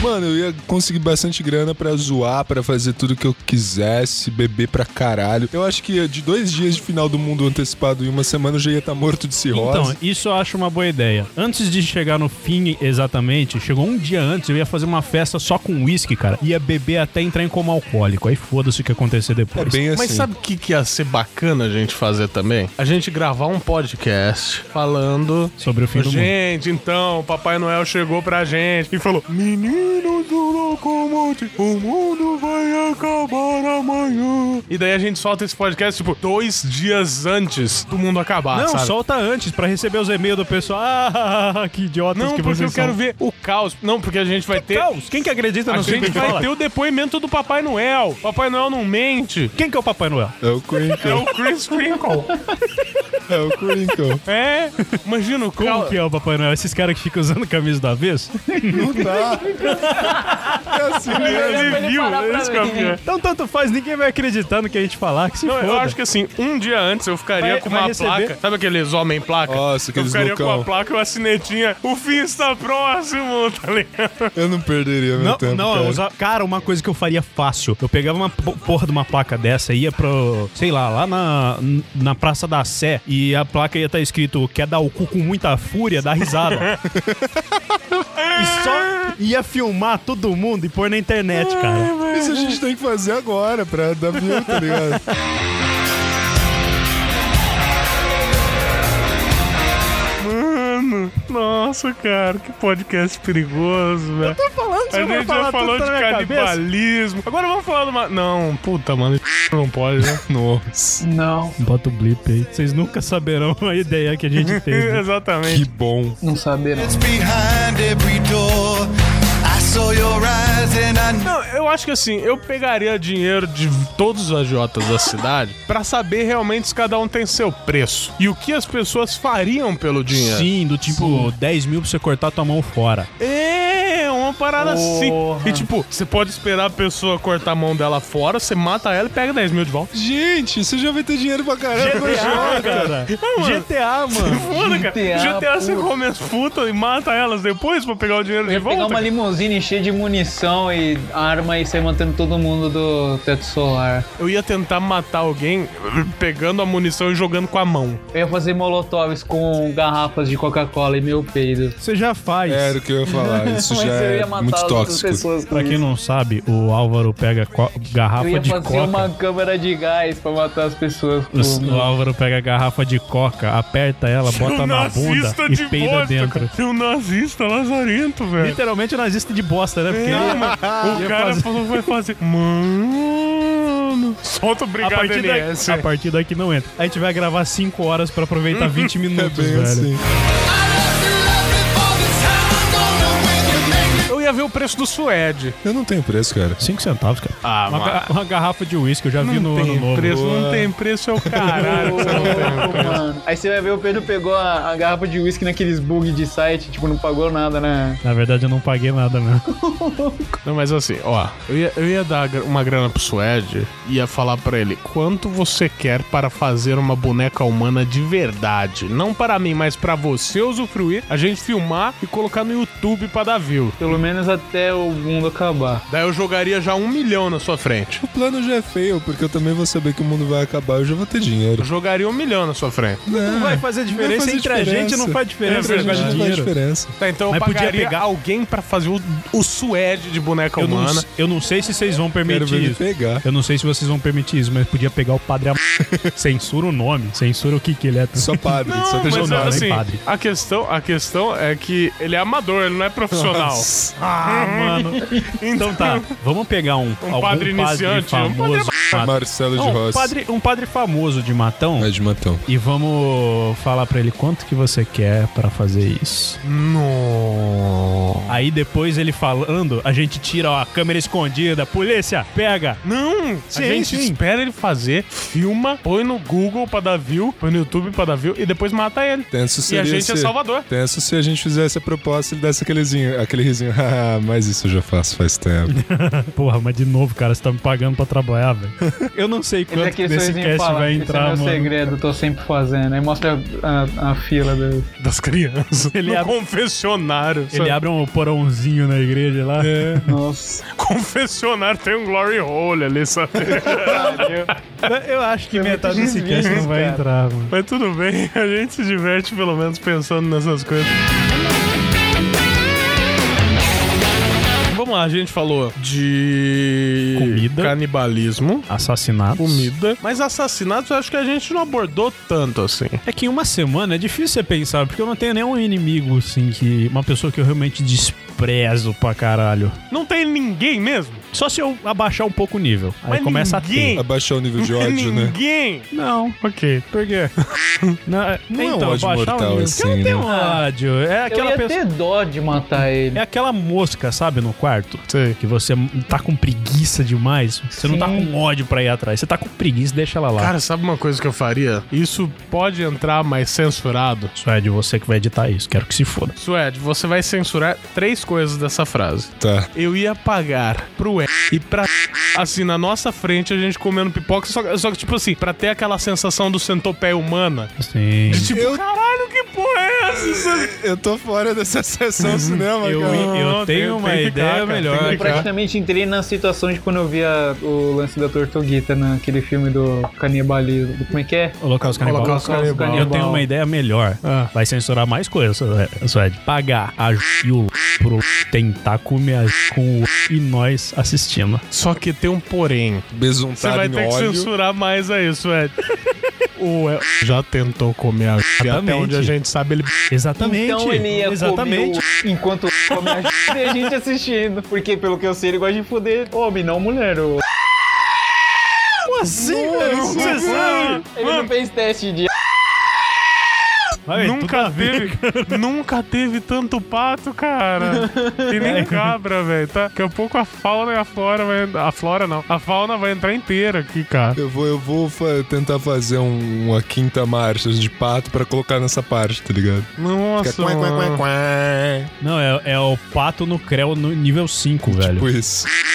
Mano, eu ia conseguir bastante grana pra zoar, pra fazer tudo que eu quisesse, beber pra caralho. Eu acho que de dois dias de final do mundo antecipado e uma semana eu já ia estar morto de cirrose. Então, isso eu acho uma boa ideia. Antes de chegar no fim exatamente, chegou um dia antes, eu ia fazer uma festa só com uísque, cara. Ia beber até entrar em coma alcoólico. Aí foda-se o que acontecer é depois. bem assim. Mas sabe o que, que ia ser bacana a gente fazer também? A gente gravar um podcast falando. Sobre o fim do mundo. Gente, então, Papai Noel chegou pra gente e falou: Menino do Locomote, o mundo vai acabar amanhã. E daí a gente solta esse podcast, tipo, dois dias antes do mundo acabar. Ah, Não, sabe? solta antes pra receber os e-mails do pessoal. Ah, que idiotas Não, que porque vocês eu quero são. ver o caos. Não, porque a gente vai ter. Caos. Quem que tá acredita A no gente vai ter o depoimento do Papai Noel. Papai Noel não mente. Quem que é o Papai Noel? É o É Crinkle, o Chris Crinkle. é o Crinkle. É? Imagina o Como caos. que é o Papai Noel? Esses caras que ficam usando camisa do avesso? Não dá. É assim mesmo. Ele viu é parar pra esse ver. campeão. Então tanto faz, ninguém vai acreditar no que a gente falar, que se Não, foda. eu acho que assim, um dia antes eu ficaria Vai- com vai uma receber? placa. Sabe aqueles homem placa? Nossa, eu aqueles ficaria com uma loucão. placa e uma sinetinha. O fim está próximo, tá ligado? Eu não perderia meu Não, tempo. é um não, cara. eu usava. Cara, uma coisa que eu faria fácil. Eu pegava uma po- porra de uma placa dessa, ia pro. Sei lá, lá na, na Praça da Sé, e a placa ia estar escrito: quer dar o cu com muita fúria, dá risada. e só ia filmar todo mundo e pôr na internet, cara. Isso a gente tem que fazer agora pra dar view, tá ligado? Mano, nossa, cara, que podcast perigoso, velho. Tô falando, A você vai gente já falar falou tudo de na minha cabeça? canibalismo. Agora vamos falar de uma. Não, puta, mano, não pode, né? Nossa. Não, Bota o blip aí. Vocês nunca saberão a ideia que a gente teve. Exatamente. Que bom. não saber não. behind every door. I saw your eyes and I Não, eu acho que assim, eu pegaria dinheiro de todos os agiotas da cidade pra saber realmente se cada um tem seu preço e o que as pessoas fariam pelo dinheiro. Sim, do tipo 10 mil pra você cortar tua mão fora. É, uma parada assim. Porra. E tipo, você pode esperar a pessoa cortar a mão dela fora, você mata ela e pega 10 mil de volta. Gente, você já vai ter dinheiro pra caramba. GTA, cara. GTA, mano. Ah, Foda, cara. GTA, GTA, você pô. come as putas e mata elas depois pra pegar o dinheiro de volta. Pegar uma limusine cheia de munição e arma e sair mantendo todo mundo do teto solar. Eu ia tentar matar alguém pegando a munição e jogando com a mão. Eu ia fazer molotovs com garrafas de Coca-Cola e meu peido. Você já faz. Era o que eu ia falar. Isso já é muito tóxico. com Pra quem isso. não sabe, o Álvaro pega co- Eu garrafa ia de fazer coca. uma câmera de gás pra matar as pessoas. com- O- O Álvaro pega a garrafa de coca, aperta ela, bota na bunda e peida dentro. Cara. Um nazista lazarento, velho. Literalmente nazista de bosta, né? Porque Não, mano, É. o ia cara fazer- falou vai fazer. Mano. Solta o a, brigado partir da- NS. a partir daqui não entra. A gente vai gravar 5 horas pra aproveitar Uhum. 20 É minutos, bem velho. assim. Eu ia ver o preço do suede. Eu não tenho preço, cara. 5 centavos, cara. Ah, Uma, ga- uma garrafa de uísque, eu já vi no ano novo. preço, não tem preço, é o caralho. que você não tem. Mano. Aí você vai ver o Pedro pegou a, a garrafa de uísque naqueles bug de site, tipo, não pagou nada, né? Na verdade, eu não paguei nada, né? Não, mas assim, ó, eu ia, eu ia dar gra- uma grana pro Suede e ia falar pra ele quanto você quer para fazer uma boneca humana de verdade. Não para mim, mas pra você usufruir, a gente filmar e colocar no YouTube pra dar view. Pelo menos até o mundo acabar. Daí eu jogaria já um milhão na sua frente. O plano já é feio, porque eu também vou saber que o mundo vai acabar, eu já vou ter dinheiro. Eu jogaria um milhão na sua frente. Não vai fazer diferença fazer entre a gente, diferença. não faz diferença. É Pra por causa gente de não faz dinheiro. diferença. Tá, então eu Mas podia pagaria pegar- alguém pra fazer o, o Suede de boneca Eu não, humana. eu não sei se vocês vão Quero permitir ver ele isso. pegar. Eu não sei se vocês vão permitir isso, mas podia pegar o padre Am... Censura o nome, censura o que que ele é. Só padre, só Não, deixa eu mas jornal, falar. né, assim, padre? a questão, a questão é que ele é amador, ele não é profissional. Nossa. Ah, mano. Então tá, vamos pegar um, algum padre iniciante, um padre famoso. Ah, Padre Marcelo de não, um, Rossi. padre, um padre famoso de Matão. É de matão. E vamos falar pra ele quanto que você quer pra fazer isso. Não. Aí depois ele falando, a gente tira ó, a câmera escondida, polícia, pega. Não! Sim, a gente sim. espera ele fazer, filma, põe no Google pra dar view, põe no YouTube pra dar view e depois mata ele. Tenso E seria a gente é se- Salvador. Tenso se a gente fizesse a proposta e ele desse aquelezinho, aquele risinho. Ah, mas isso eu já faço faz tempo. Porra, mas de novo, cara, você tá me pagando pra trabalhar, velho. Eu não sei Eles quanto aqui desse sorrisinho cast fala, vai entrar, esse é meu mano. segredo, tô sempre fazendo. Aí mostra a, a- a fila do... das crianças. Ele Ele é abre- confessionário. Ele é sabe? abre um porãozinho na igreja lá. Nossa. Confessionário tem um glory hole ali, sabe? Eu acho que metade desse desvio, cast não vai cara. entrar, mano. Mas tudo bem, a gente se diverte pelo menos pensando nessas coisas. Vamos lá, a gente falou de Comida. canibalismo, Assassinatos. comida, mas assassinatos eu acho que a gente não abordou tanto assim. É que em uma semana é difícil você pensar, porque eu não tenho nenhum inimigo, assim, que. Uma pessoa que eu realmente desprezo pra caralho. Não tem ninguém mesmo. Só se eu abaixar um pouco o nível. Aí Mas começa ninguém. a Abaixar o nível de ódio, né? É ninguém. ter. Não. Ok. Por quê? não, é- Não é um então, ódio abaixar o mortal nível. assim, eu não né? tenho ódio. É Eu aquela ia pessoa. ter dó de matar ele. É aquela mosca, sabe, no quarto? Que você tá com preguiça demais. Você não tá com ódio pra ir atrás. Você tá com preguiça, deixa ela lá. Cara, sabe uma coisa que eu faria? Isso pode entrar mais censurado. Isso é de você que vai editar isso. Quero que se foda. Suede, você vai censurar três coisas dessa frase. Tá. Eu ia pagar pro E e pra. Assim, na nossa frente, a gente comendo pipoca, só, só que, tipo assim, pra ter aquela sensação do centopéia humana. Sim. De tipo, Eu- caralho, que porra é essa? Isso- Eu tô fora dessa sessão cinema, Eu, cara. eu tenho tem- uma tem que ideia ficar, cara, melhor. tem Eu praticamente entrei na situação de quando eu vi a- o lance da Tortuguita naquele filme do canibalismo. do- Como é que é? Holocausto Canibal. Holocausto Canibal. Eu tenho uma ideia melhor. Vai censurar mais coisas, Sué- Suede. Pagar a j- e o l- pro tentar comer a j- com o l- e nós assistindo. Só que tem um porém. Você Besuntado vai em ter que óleo. censurar mais aí, Suede. O E já tentou comer a e até Exatamente. onde a gente sabe, ele Exatamente. Então ele ia Exatamente. comer o... enquanto come a gente, e a gente assistindo. Porque, pelo que eu sei, ele gosta de foder homem, não mulher. O... Como assim, é Você sabe? Ele não fez teste de... nunca teve, nunca teve tanto pato, cara. E nem cabra, velho. Tá? Daqui a pouco a fauna e a flora vai. A flora não. A fauna vai entrar inteira aqui, cara. Eu vou, eu vou fa- tentar fazer um- uma quinta marcha de pato pra colocar nessa parte, tá ligado? Nossa. Fica quá, quá, quá, mano. quá. Não, é, é o pato no creu no nível 5, velho. Tipo isso. Tipo,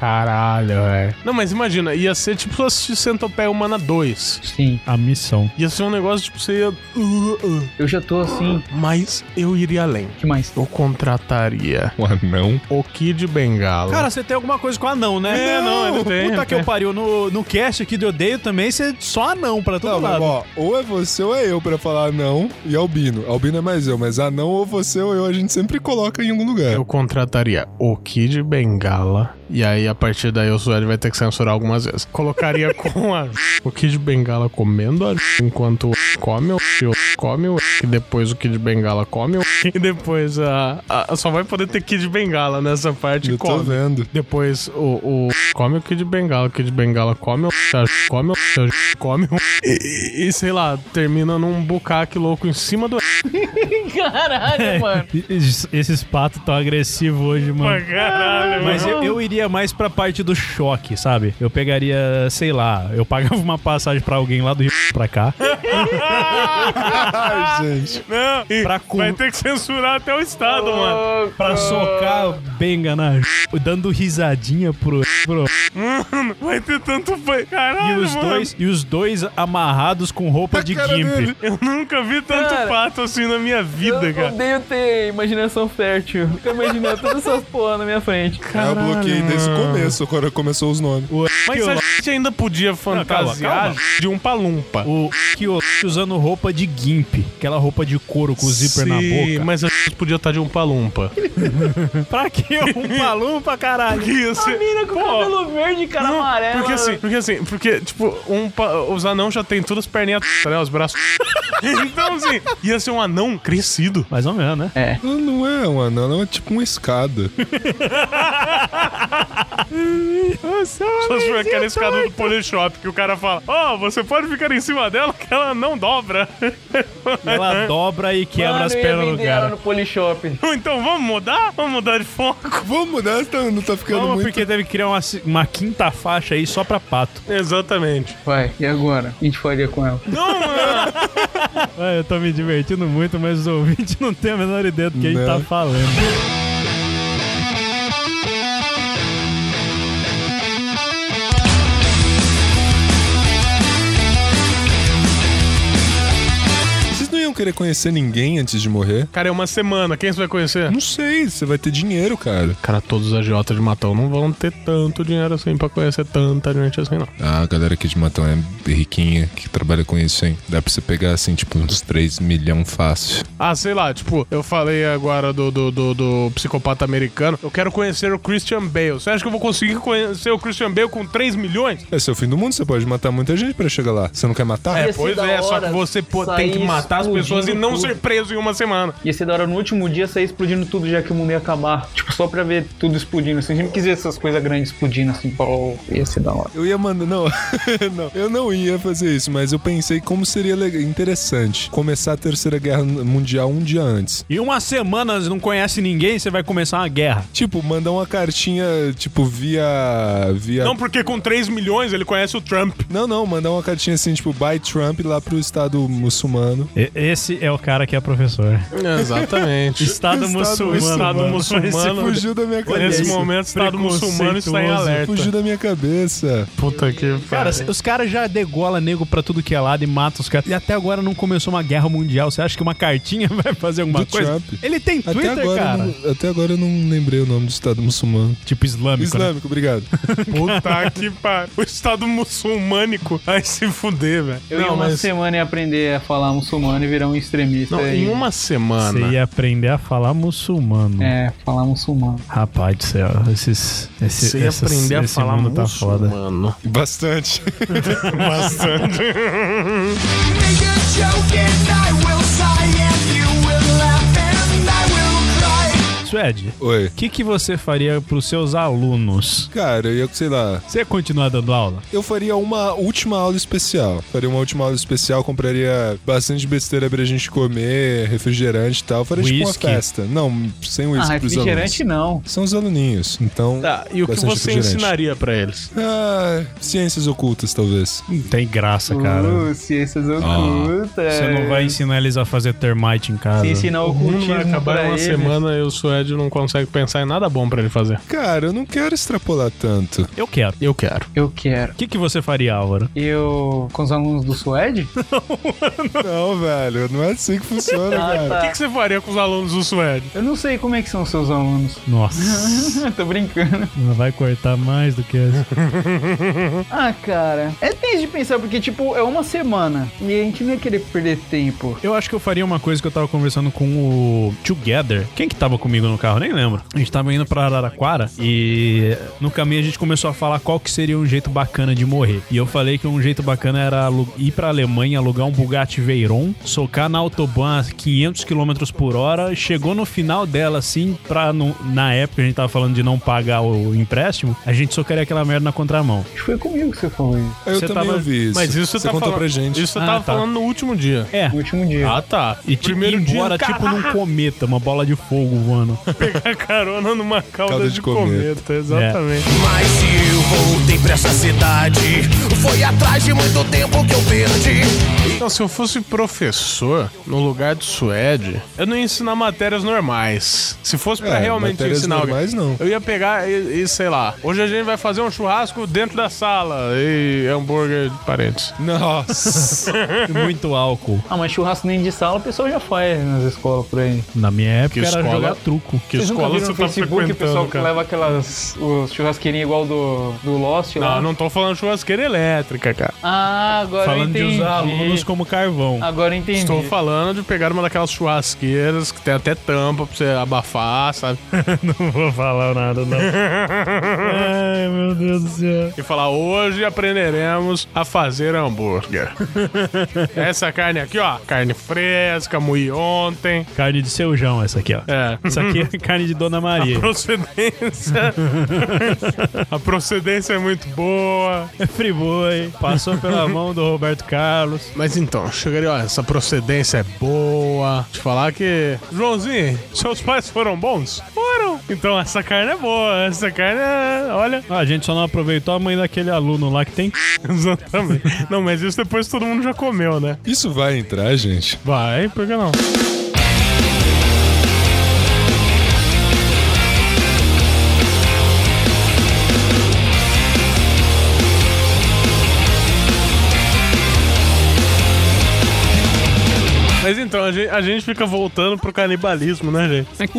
Caralho, é. velho. Não, mas imagina, ia ser tipo assistir Centopeia Humana 2. Sim, A missão. Ia ser um negócio tipo, você ia. Uh, uh, eu já tô assim. Mas eu iria além. O que mais? Eu contrataria Um anão. o Kid Bengala. Cara, você tem alguma coisa com anão, né? É, não, ele tem, Puta ele que eu né? tem. pariu. No, no cast aqui do Odeio também, você é só anão pra todo Não, mas, lado. ó, ou é você ou é eu pra falar anão e albino. Albino é mais eu, mas anão ou você ou eu a gente sempre coloca em algum lugar. Eu contrataria o Kid Bengala. E aí, a partir daí, o Sueli vai ter que censurar algumas vezes. Colocaria com a. O Kid Bengala comendo a. Enquanto o come o. o Come o. E depois o Kid Bengala come o. E depois a. a- só vai poder ter Kid Bengala nessa parte. Eu tô come. vendo. Depois o, o come o Kid Bengala, o Kid Bengala come o come o come o e, e- e, sei lá, termina num bucaque louco em cima do Caralho, mano. Es- Esses patos tão agressivos hoje, mano. caralho. Mas eu, eu iria mais pra parte do choque, sabe? Eu pegaria, sei lá, eu pagava uma passagem pra alguém lá do Rio pra cá. Ah, Ai, gente. Não, Pra cu- vai ter que censurar até o estado, mano. Pra socar benga na dando risadinha pro, pro Mano, vai ter tanto pai. e Caralho, os mano. dois e os dois amarrados com roupa de cara gimp. dele. Eu nunca vi tanto Cara, pato assim na minha vida, eu cara. odeio ter imaginação fértil. Fico imaginando todas essas porra na minha frente. eu bloqueei desde o começo, quando começou os nomes. Mas a gente ainda podia fantasiar calma. de um palumpa. O Kyoshi usando roupa de gimp, aquela roupa de couro com o zíper na Sim, boca. mas a gente podia estar de um palumpa. Pra que um maluco pra caralho? Isso. Mina com cabelo verde, cara Não, Tá amarelo. Porque assim, porque assim, porque, tipo, um pa- os anãos já tem todas as perninhas, atrás, né? Os braços. então, assim, ia ser um anão crescido. Mais ou menos, né? Não, não é um anão, não é tipo uma escada. Só se for aquela escada do Polishop que o cara fala: Ó, você pode ficar em cima dela que ela não dobra. Ela dobra e quebra Mano, as eu Ah, ia pernas do vender ela cara. no Polishop. então vamos mudar? Vamos mudar de forma. Vamos nessa, não tá ficando Calma, muito. porque teve que criar uma, ci- uma quinta faixa aí só pra pato. Exatamente. Vai, e agora? O que a gente faria com ela? Ah, eu tô me divertindo muito, mas os ouvintes não têm a menor ideia do que a gente Não. Né? tá falando. Vocês não iam querer conhecer ninguém antes de morrer? Cara, é uma semana. Quem você vai conhecer? Não sei, você vai ter dinheiro, cara. Cara, todos os agiotas de Matão não vão ter tanto dinheiro assim pra conhecer tanta gente assim, não. Ah, a galera aqui de Matão é riquinha, que trabalha com isso, hein? Dá pra você pegar, assim, tipo, uns 3 milhão fácil. Ah, sei lá, tipo, eu falei agora do, do, do, do psicopata americano. Eu quero conhecer o Christian Bale. Você acha que eu vou conseguir conhecer o Christian Bale com 3 milhões? Esse é o fim do mundo, você pode matar muita gente pra chegar lá. Você não quer matar? Ia É, ser pois da é, só hora que você pô, sair tem que matar as pessoas e explodindo não tudo. ser preso em uma semana. Ia ser da hora no último dia sair explodindo tudo, já que o mundo ia acabar. Tipo, só pra ver tudo explodindo, assim. A gente quis ver essas coisas grandes explodindo, assim, pô, ia ser da hora. Eu ia mandar. Não, não, eu não ia fazer isso, mas eu pensei como seria lega- interessante começar a Terceira Guerra Mundial um dia antes. E umas semanas não conhece ninguém, você vai começar uma guerra. Tipo, mandar uma cartinha, tipo, via. É. via. Não, porque com 3 milhões ele conhece o Trump. não, não, mandar uma cartinha assim, tipo, by Trump lá pro Estado muçulmano. E- Esse é o cara que é professor. Exatamente. Estado, muçulmano. Estado mano. muçulmano. Fugiu da minha Nesse cabeça. momento, o Estado muçulmano está em preconceituoso. alerta. Fugiu da minha cabeça. Puta que Cara, pariu. os caras já degola nego pra tudo que é lado e mata os caras. E até agora não começou uma guerra mundial. Você acha que uma cartinha vai fazer alguma Do coisa? Trump. Ele tem Até Twitter, agora, eu cara. não, até agora eu não lembrei o nome do Estado muçulmano. Tipo islâmico, né? Islâmico, obrigado. Tá Puta Ah, que pariu. O Estado muçulmânico. Ai, se fuder, velho. Eu ia uma semana ia aprender a falar muçulmano e virar um extremista. Não, e- em uma semana. Você ia aprender a falar muçulmano. É, falar muçulmano. Rapaz do céu, esses. Esse, Você ia essas- aprender a esse falar mundo tá foda. muçulmano. Bastante. Bastante. Suede, Oi. o que, que você faria pros seus alunos? Cara, eu ia, sei lá, Você ia continuar dando aula? eu faria uma última aula especial. Faria uma última aula especial, compraria bastante besteira pra gente comer, refrigerante e tal. Faria tipo uma Whisky. festa. Não, sem Ah, uísque pros alunos. refrigerante não. São os aluninhos, então... Tá, e o que bastante você refrigerante. ensinaria pra eles? Ah, ciências ocultas, talvez. Não tem graça, cara. Uh, ciências ocultas. Você não vai ensinar eles a fazer termite em casa. Se ensinar O mundo vai ocultismo acabar pra em uma eles. semana e o Suede não consegue pensar em nada bom pra ele fazer. Cara, eu não quero extrapolar tanto. Eu quero. Eu quero. Eu quero. O que, que você faria, Álvaro? Eu. Com os alunos do Suede? Não, velho, não é assim que funciona, Ah, cara. O que, tá. que você faria com os alunos do Suede? Eu não sei como é que são os seus alunos. Nossa, Tô brincando. não vai cortar mais do que essa. Ah, cara, é tenso de pensar, porque, tipo, é uma semana e a gente não ia querer perder tempo. Eu acho que eu faria uma coisa que eu tava conversando com o Together. Quem que tava comigo no carro? Nem lembro. A gente tava indo pra Araraquara e no caminho a gente começou a falar qual que seria um jeito bacana de morrer. E eu falei que um jeito bacana era alu- ir pra Alemanha, alugar um Bugatti Veyron, socar na Autobahn a 500 km por hora, chegou no final dela, assim, pra não- na época a gente tava falando de não pagar o empréstimo, a gente socaria aquela merda na contramão. Acho que foi comigo que você falou isso. Eu Você também tava- ouvi isso. Mas isso você você tá contou falando. pra gente. Isso você Ah, tava tá. falando no último dia. É. No último dia. Ah, tá. E tipo, primeiro ir embora, dia, tipo num cometa, uma bola de fogo voando. pegar É carona numa cauda, Cauda de, de cometa. cometa. Exatamente. Mas se eu voltei pra essa cidade, foi atrás de muito tempo que eu perdi. Então, se eu fosse professor no lugar de Suede, eu não ia ensinar matérias normais. Se fosse pra É, tá realmente matérias ensinar alguém, normais, não. eu ia pegar e, e, sei lá. Hoje a gente vai fazer um churrasco dentro da sala e hambúrguer de parentes. Nossa. Muito álcool. Ah, mas churrasco nem de sala o pessoal já faz nas escolas por aí. Na minha época Que era escola- jogar truco. Que Vocês nunca escola viram você no tá Facebook o pessoal frequentando, que cara? leva aquelas os churrasqueirinhos igual do, do Lost lá? Não, Ah, não tô falando churrasqueira elétrica, cara. Ah, agora eu Falando de entendi. usar alunos como carvão. Agora eu entendi. Estou falando de pegar uma daquelas churrasqueiras que tem até tampa pra você abafar, sabe? Não vou falar nada, não. Ai, meu Deus do céu. E falar, hoje aprenderemos a fazer hambúrguer. Essa carne aqui, ó, carne fresca, moí ontem. Carne de seu João, essa aqui, ó. É. Isso aqui é carne de Dona Maria. Procedência. a procedência é muito boa. Friboi. Passou pela mão do Roberto Carlos. Mas então, chegaria, ó, essa procedência é boa. Te falar que. Joãozinho, seus pais foram bons? Foram! Então essa carne é boa, essa carne é. Olha. Ah, a gente só não aproveitou a mãe daquele aluno lá que tem. Exatamente. Não, mas isso depois todo mundo já comeu, né? Isso vai entrar, gente? Vai, por que não? Mas então, a gente, a gente fica voltando pro canibalismo, né, gente?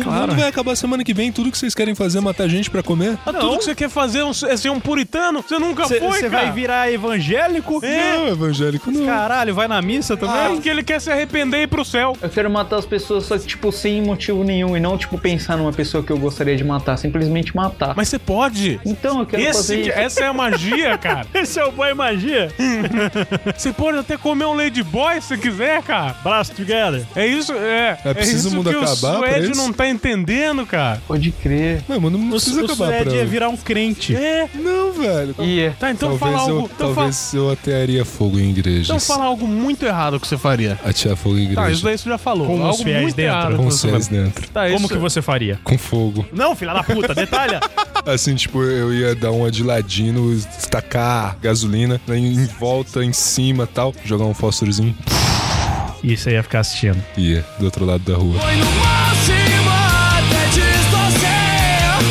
É O mundo vai acabar semana que vem. Tudo que vocês querem fazer é matar gente pra comer? Ah, Tudo que você quer fazer é um- é ser um puritano? Você nunca foi, Você cara. vai virar evangélico? Não, evangélico não. Caralho, vai na missa É também? porque ele quer se arrepender e ir pro céu. Eu quero matar as pessoas, só que, tipo, sem motivo nenhum. E não, tipo, pensar numa pessoa que eu gostaria de matar. Simplesmente matar. Mas você pode. Então, eu quero fazer Esse, isso. que- essa é a magia, cara. Esse é o boy magia. Você pode até comer um Ladyboy se quiser, cara. Braço together. É isso, é. É preciso isso o mundo que acabar o pra Suede isso? não tá entendendo, cara. Pode crer. Mas, mano, não precisa o acabar pra... Suede ia virar um crente. É. Não, velho. E é. Tá, então talvez fala eu, algo. Então, fala, talvez eu atearia fogo em igrejas. então fala algo muito errado que você faria. Atear fogo em igrejas. Tá, isso daí é você já falou. Com os algo fiéis muito dentro, errado. Com que você vocês faria. dentro. Tá, Como isso- que você faria? Com fogo. Não, filha da puta, detalha. Assim, tipo, eu ia dar uma de ladino, estacar gasolina né, em volta, em cima tal. Jogar um fósforozinho. E você ia ficar assistindo. Ia do outro lado da rua. Foi no máximo até distorcer.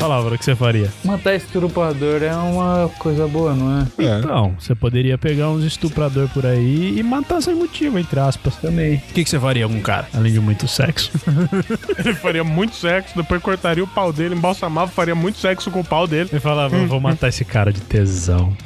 Palavra o que você faria. Matar estrupador é uma coisa boa, não é? É. Então, você poderia pegar uns estuprador por aí e matar sem motivo, entre aspas. Também. O que, que você faria com um cara? Além de muito sexo. Ele faria muito sexo, depois cortaria o pau dele, embalsamava, faria muito sexo com o pau dele. Ele falava, vou matar esse cara de tesão.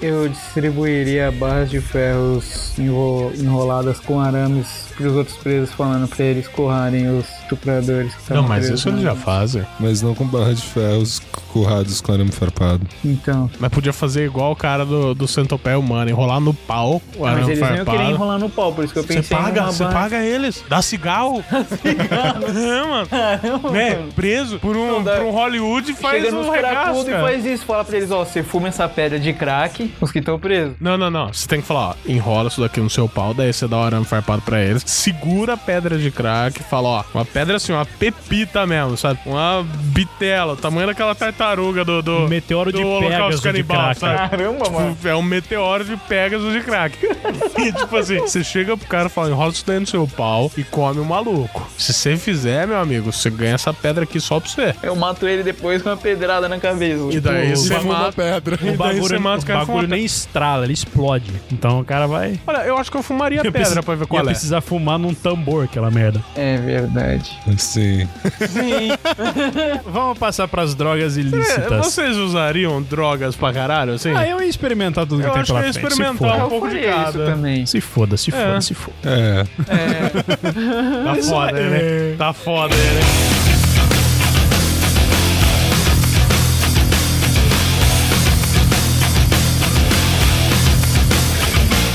Eu distribuiria barras de ferros enro- enroladas com arames pros outros presos, falando pra eles corrarem os estupradores que estavam presos, né? fazem. Mas não com barra de ferros currados com arame farpado. Então. Mas podia fazer igual o cara do, do centopéia humano, enrolar no pau. O Mas arame eles não iam querer farpado. enrolar no pau, por isso que eu Você pensei paga, numa você barra- paga eles. Dá cigarro. É, mano. Né? Preso por um, dá. por um Hollywood e faz Chega nos um regaço, cracudos e cara. faz isso. Fala pra eles, ó, você fuma essa pedra de crack, os que estão presos. Não, não, não. Você tem que falar, ó, enrola isso daqui no seu pau, daí você dá o arame farpado pra eles, segura a pedra de crack, fala, ó, uma pedra assim, uma pepita mesmo, sabe? Uma bitela, o tamanho daquela tartaruga do... do Um Meteoro de do Holocausto Pegasus de crack. Caramba, mano. Tipo, É um meteoro de Pegasus de crack. e, tipo assim, você chega pro cara e fala, enrola isso daí no seu pau e come o maluco. Se você fizer, meu amigo, você ganha essa pedra aqui só pra você. Eu mato ele depois com uma pedrada na cabeça. E daí você Uma mata... pedra. E O daí Então você bagulho, mata o o cara com bagulho uma... nem estrala, ele explode. Então o cara vai. Olha, eu acho que eu fumaria Ia pedra precis- pra ver qual ia é. precisar fumar num tambor, aquela merda. É verdade. Sim. Vamos passar pras drogas É, ilícitas. Vocês usariam drogas pra caralho, assim? Ah, eu ia experimentar tudo que Eu tem acho pela que eu ia frente. experimentar. Eu um pouco de faria isso cada. também. Se foda, se foda, É. se foda. É. É, Tá foda, né? Tá foda, né?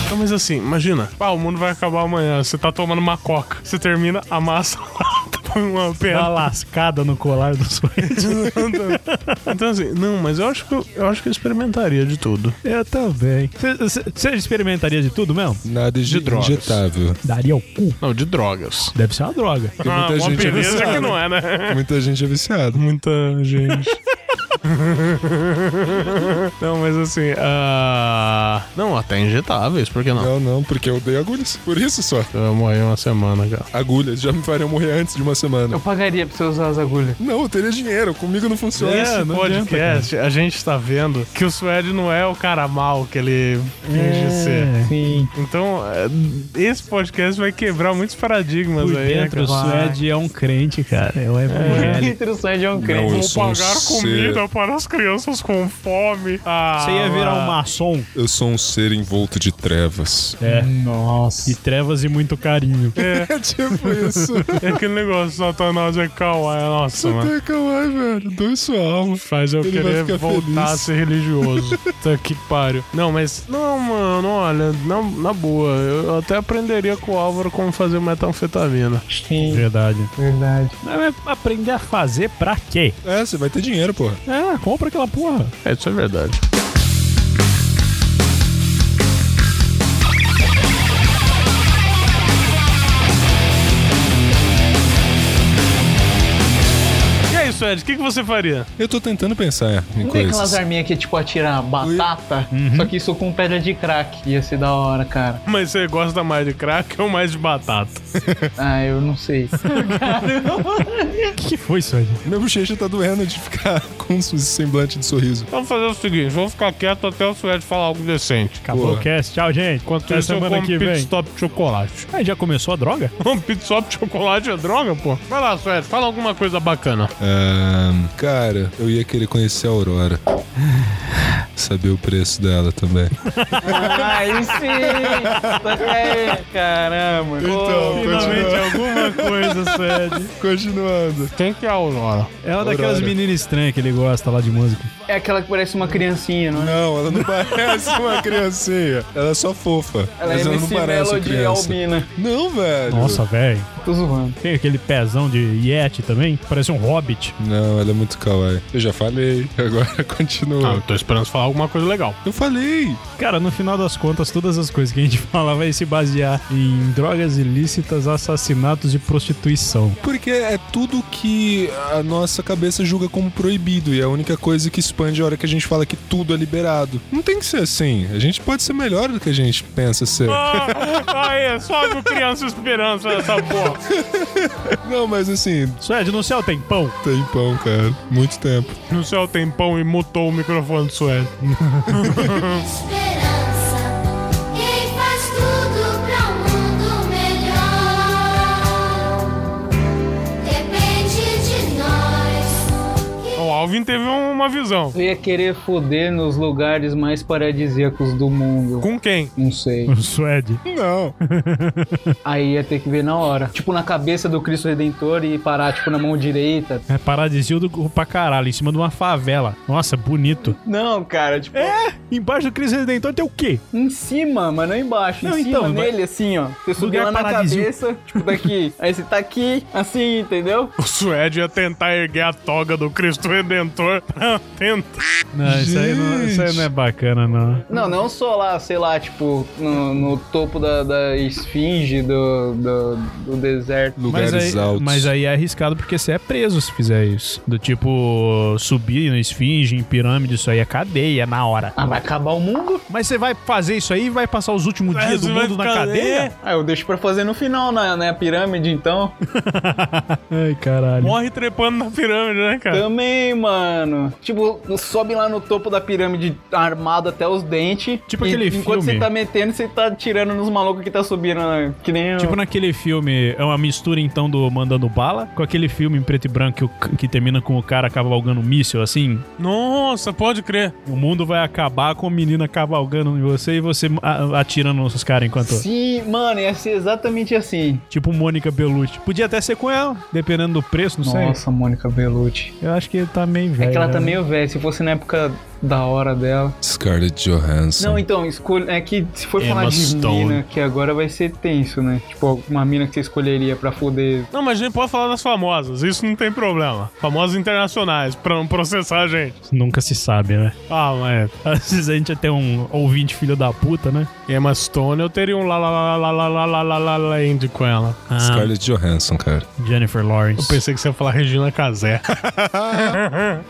Não, Mas assim, imagina, ah, o mundo vai acabar amanhã, você tá tomando uma coca, você termina, amassa põe uma Dá pedra. Tá lascada no colar do suéte. Então assim, não, mas eu acho que eu, eu acho que eu experimentaria de tudo. Eu também. Você experimentaria de tudo mesmo? Nada de, drogas. injetável. Daria o cu. Não, de drogas. Deve ser uma droga. Porque Ah, muita uma gente é beleza viciada. que não é, né? Muita gente é viciada. Muita gente. não, mas assim, ah, não, até injetáveis, por que não? Não, não, porque eu dei agulhas. Por isso só. Eu morri uma semana, cara. Agulhas já me fariam morrer antes de uma semana. Eu pagaria pra você usar as agulhas. Não, eu teria dinheiro. Comigo não funciona. Esse É, não podcast, a gente tá vendo que o Suede não é o cara mal que ele finge É, ser. Sim. Então, é, esse podcast vai quebrar muitos paradigmas Por aí. né, dentro, o cara. Suede é um crente, cara. É um evangélico. Interessante é um Não, crente. eu Vou sou um pagar ser- comida para as crianças com fome. Ah, Você ia virar um maçom. Eu sou um ser envolto de trevas. É. Nossa. E trevas e muito carinho. É tipo isso. É aquele negócio, Satanás é kawaii. Nossa, mano. Até kawaii, velho. Doe sua alma. Faz eu Ele vai querer ficar voltar feliz. a ser religioso. Tá que pariu. Não, mas. Não, mano, olha, na, na boa, eu até aprenderia com o Álvaro como fazer metanfetamina. Sim, Verdade. verdade. Mas é aprender a fazer pra quê? É, você vai ter dinheiro, porra. É, compra aquela porra. É, isso é verdade. Fred, é o que, que você faria? Eu tô tentando pensar em Não tem aquelas coisas. arminhas que, tipo, atira batata, Uhum. só que isso com pedra de crack. Ia ser da hora, cara. Mas você gosta mais de crack ou mais de batata? Ah, eu não sei. que foi isso aí? Minha bochecha tá doendo de ficar com um semblante de sorriso. Vamos Então, fazer o seguinte, vamos ficar quieto até o Fred falar algo decente. Acabou Boa. o cast. Tchau, gente. Enquanto Até isso, eu semana como que pit vem. stop de chocolate. Ah, já começou a droga? Um pit stop de chocolate é droga, pô. Vai lá, Fred, fala alguma coisa bacana. Ahn, cara, eu ia querer conhecer a Aurora. Saber o preço dela também. Aí sim! Só que aí, caramba. Então, Pô, Finalmente alguma coisa, Fred. Continuando. Quem que é a Aurora? É uma daquelas Aurora. meninas estranhas que ele gosta lá de música. é aquela que parece uma criancinha, não é? Não, ela não parece uma criancinha. Ela é só fofa. Ela mas é ela MC não parece uma Melody criança. Albina. Não, velho. Nossa, velho. Tô zoando. Tem aquele pezão de Yeti também. Parece um hobbit. Não, ela é muito kawaii. Eu já falei. Agora continua. Tá. Ah, eu tô esperando você falar alguma coisa legal. Eu falei. Cara, no final das contas, todas as coisas que a gente fala vai se basear em drogas ilícitas, assassinatos e prostituição. Porque é tudo que a nossa cabeça julga como proibido e é a única coisa que expande a hora que a gente fala que tudo é liberado. Não tem que ser assim. A gente pode ser melhor do que a gente pensa ser. Aê, sobe o Criança Esperança nessa porra. Não, mas assim, Suede, no céu tem pão. tempão, cara. Muito tempo. No céu tem pão e mutou o microfone do Suede. esperança. Quem faz tudo pra um mundo melhor depende de nós. Que O Alvin teve um- uma visão. Eu ia querer foder nos lugares mais paradisíacos do mundo. Com quem? Não sei. Suede. Não. Aí ia ter que ver na hora. Tipo, na cabeça do Cristo Redentor e parar, tipo, na mão direita. É paradisíaco pra caralho, em cima de uma favela. Nossa, bonito. Não, cara, tipo, é? Embaixo do Cristo Redentor tem o quê? em cima, mas não embaixo. Não, em cima então, vai- nele, assim, ó. Você subir Lugar lá na paradisíaco. cabeça, tipo, daqui. Aí você tá aqui, assim, entendeu? O Suede ia tentar erguer a toga do Cristo Redentor pra tentar. Não, isso aí não, isso aí não é bacana, não. Não, não só lá, sei lá, tipo, no, no topo da, da esfinge do, do, do deserto. Lugares mas aí, altos. Mas aí é arriscado porque você é preso se fizer isso. Do tipo, subir na esfinge, em pirâmide, isso aí é cadeia na hora. Ah, vai acabar o mundo? Mas você vai fazer isso aí e vai passar os últimos É, dias do você vai mundo na ficar- cadeia? Ah, eu deixo pra fazer no final, na, na pirâmide, então. Ai, caralho. Morre trepando na pirâmide, né, cara? Também, mano. Tipo, sobe lá no topo da pirâmide armado até os dentes. Tipo E aquele Enquanto filme. você tá metendo, você tá tirando nos malucos que tá subindo, né? que nem... Tipo naquele filme, é uma mistura então do Mandando Bala com aquele filme em preto e branco que, o- que termina com o cara cavalgando um míssil, assim. Nossa, pode crer. O mundo vai acabar com a menina cavalgando em você e você a- atirando nos caras enquanto. Sim, mano, ia ser exatamente assim. Tipo Mônica Bellucci. Podia até ser com ela, dependendo do preço, não sei. Nossa, Mônica Bellucci. Eu acho que ele tá meio É velho. que ela né? tá meio velha, se fosse na época da hora dela. Scarlett Johansson. Não, então, escolha. É que se for Emma falar de Stone. mina, que agora vai ser tenso, né? Tipo, uma mina que você escolheria pra foder. Não, mas a gente pode falar das famosas, isso não tem problema. Famosas internacionais, pra não processar a gente. Nunca se sabe, né? Ah, mas. Às vezes a gente até um ouvinte filho da puta, né? Emma Stone, eu teria um lá lá lá lá lá lá lá lá lá land com ela. Ah, Scarlett Johansson, cara. Jennifer Eu Lawrence. pensei que você ia falar Regina Casé.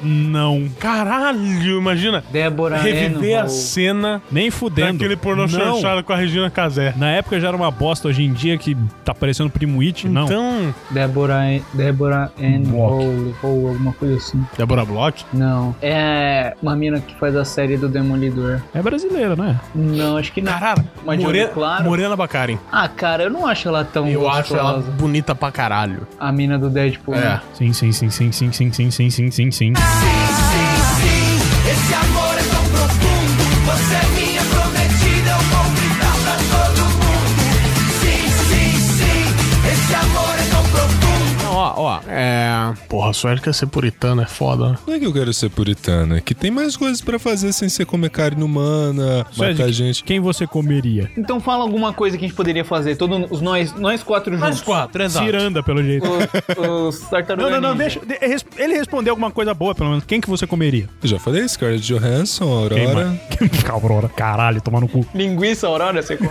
Não. Caralho, imagina. Débora Reviver a Renan. cena Nem fudendo. daquele pornô Não. chanchado com a Regina Casé. Na época já era uma bosta, hoje em dia que tá parecendo Primo It, não. Então. Débora. En- Débora Ann Hole, ou alguma coisa assim. Débora Bloch? Não. É uma mina que faz a série do Demolidor. É brasileira, né? Não, acho que não. Caralho, Mas de olho Morena, claro? Morena Bacarin. Ah, cara, eu não acho ela tão Eu acho ela gostosa. bonita pra caralho. A mina do Deadpool. É, né? Sim, sim, sim, sim, sim, sim, sim, sim, sim, sim, sim. Sim, sim, sim, esse amor é tão profundo. Você é minha prometida, eu vou gritar pra todo mundo. Sim, sim, sim, esse amor é tão profundo. Não, ó, ó. É. Porra, só ele quer ser puritano, é foda, né? Não é que eu quero ser puritano, é que tem mais coisas pra fazer sem ser comer carne humana, matar que- gente. Quem você comeria? Então fala alguma coisa que a gente poderia fazer. Todos os nós, nós quatro juntos. quatro, Ciranda, pelo jeito. Os, os Ah, Não, tartarugas. não, não, ninja. deixa. de- res- Ele respondeu alguma coisa boa, pelo menos. Quem que você comeria? Eu já falei, Scarlett Johansson, Aurora. Aurora. Caralho, tomar no cu. Linguiça Aurora, você come?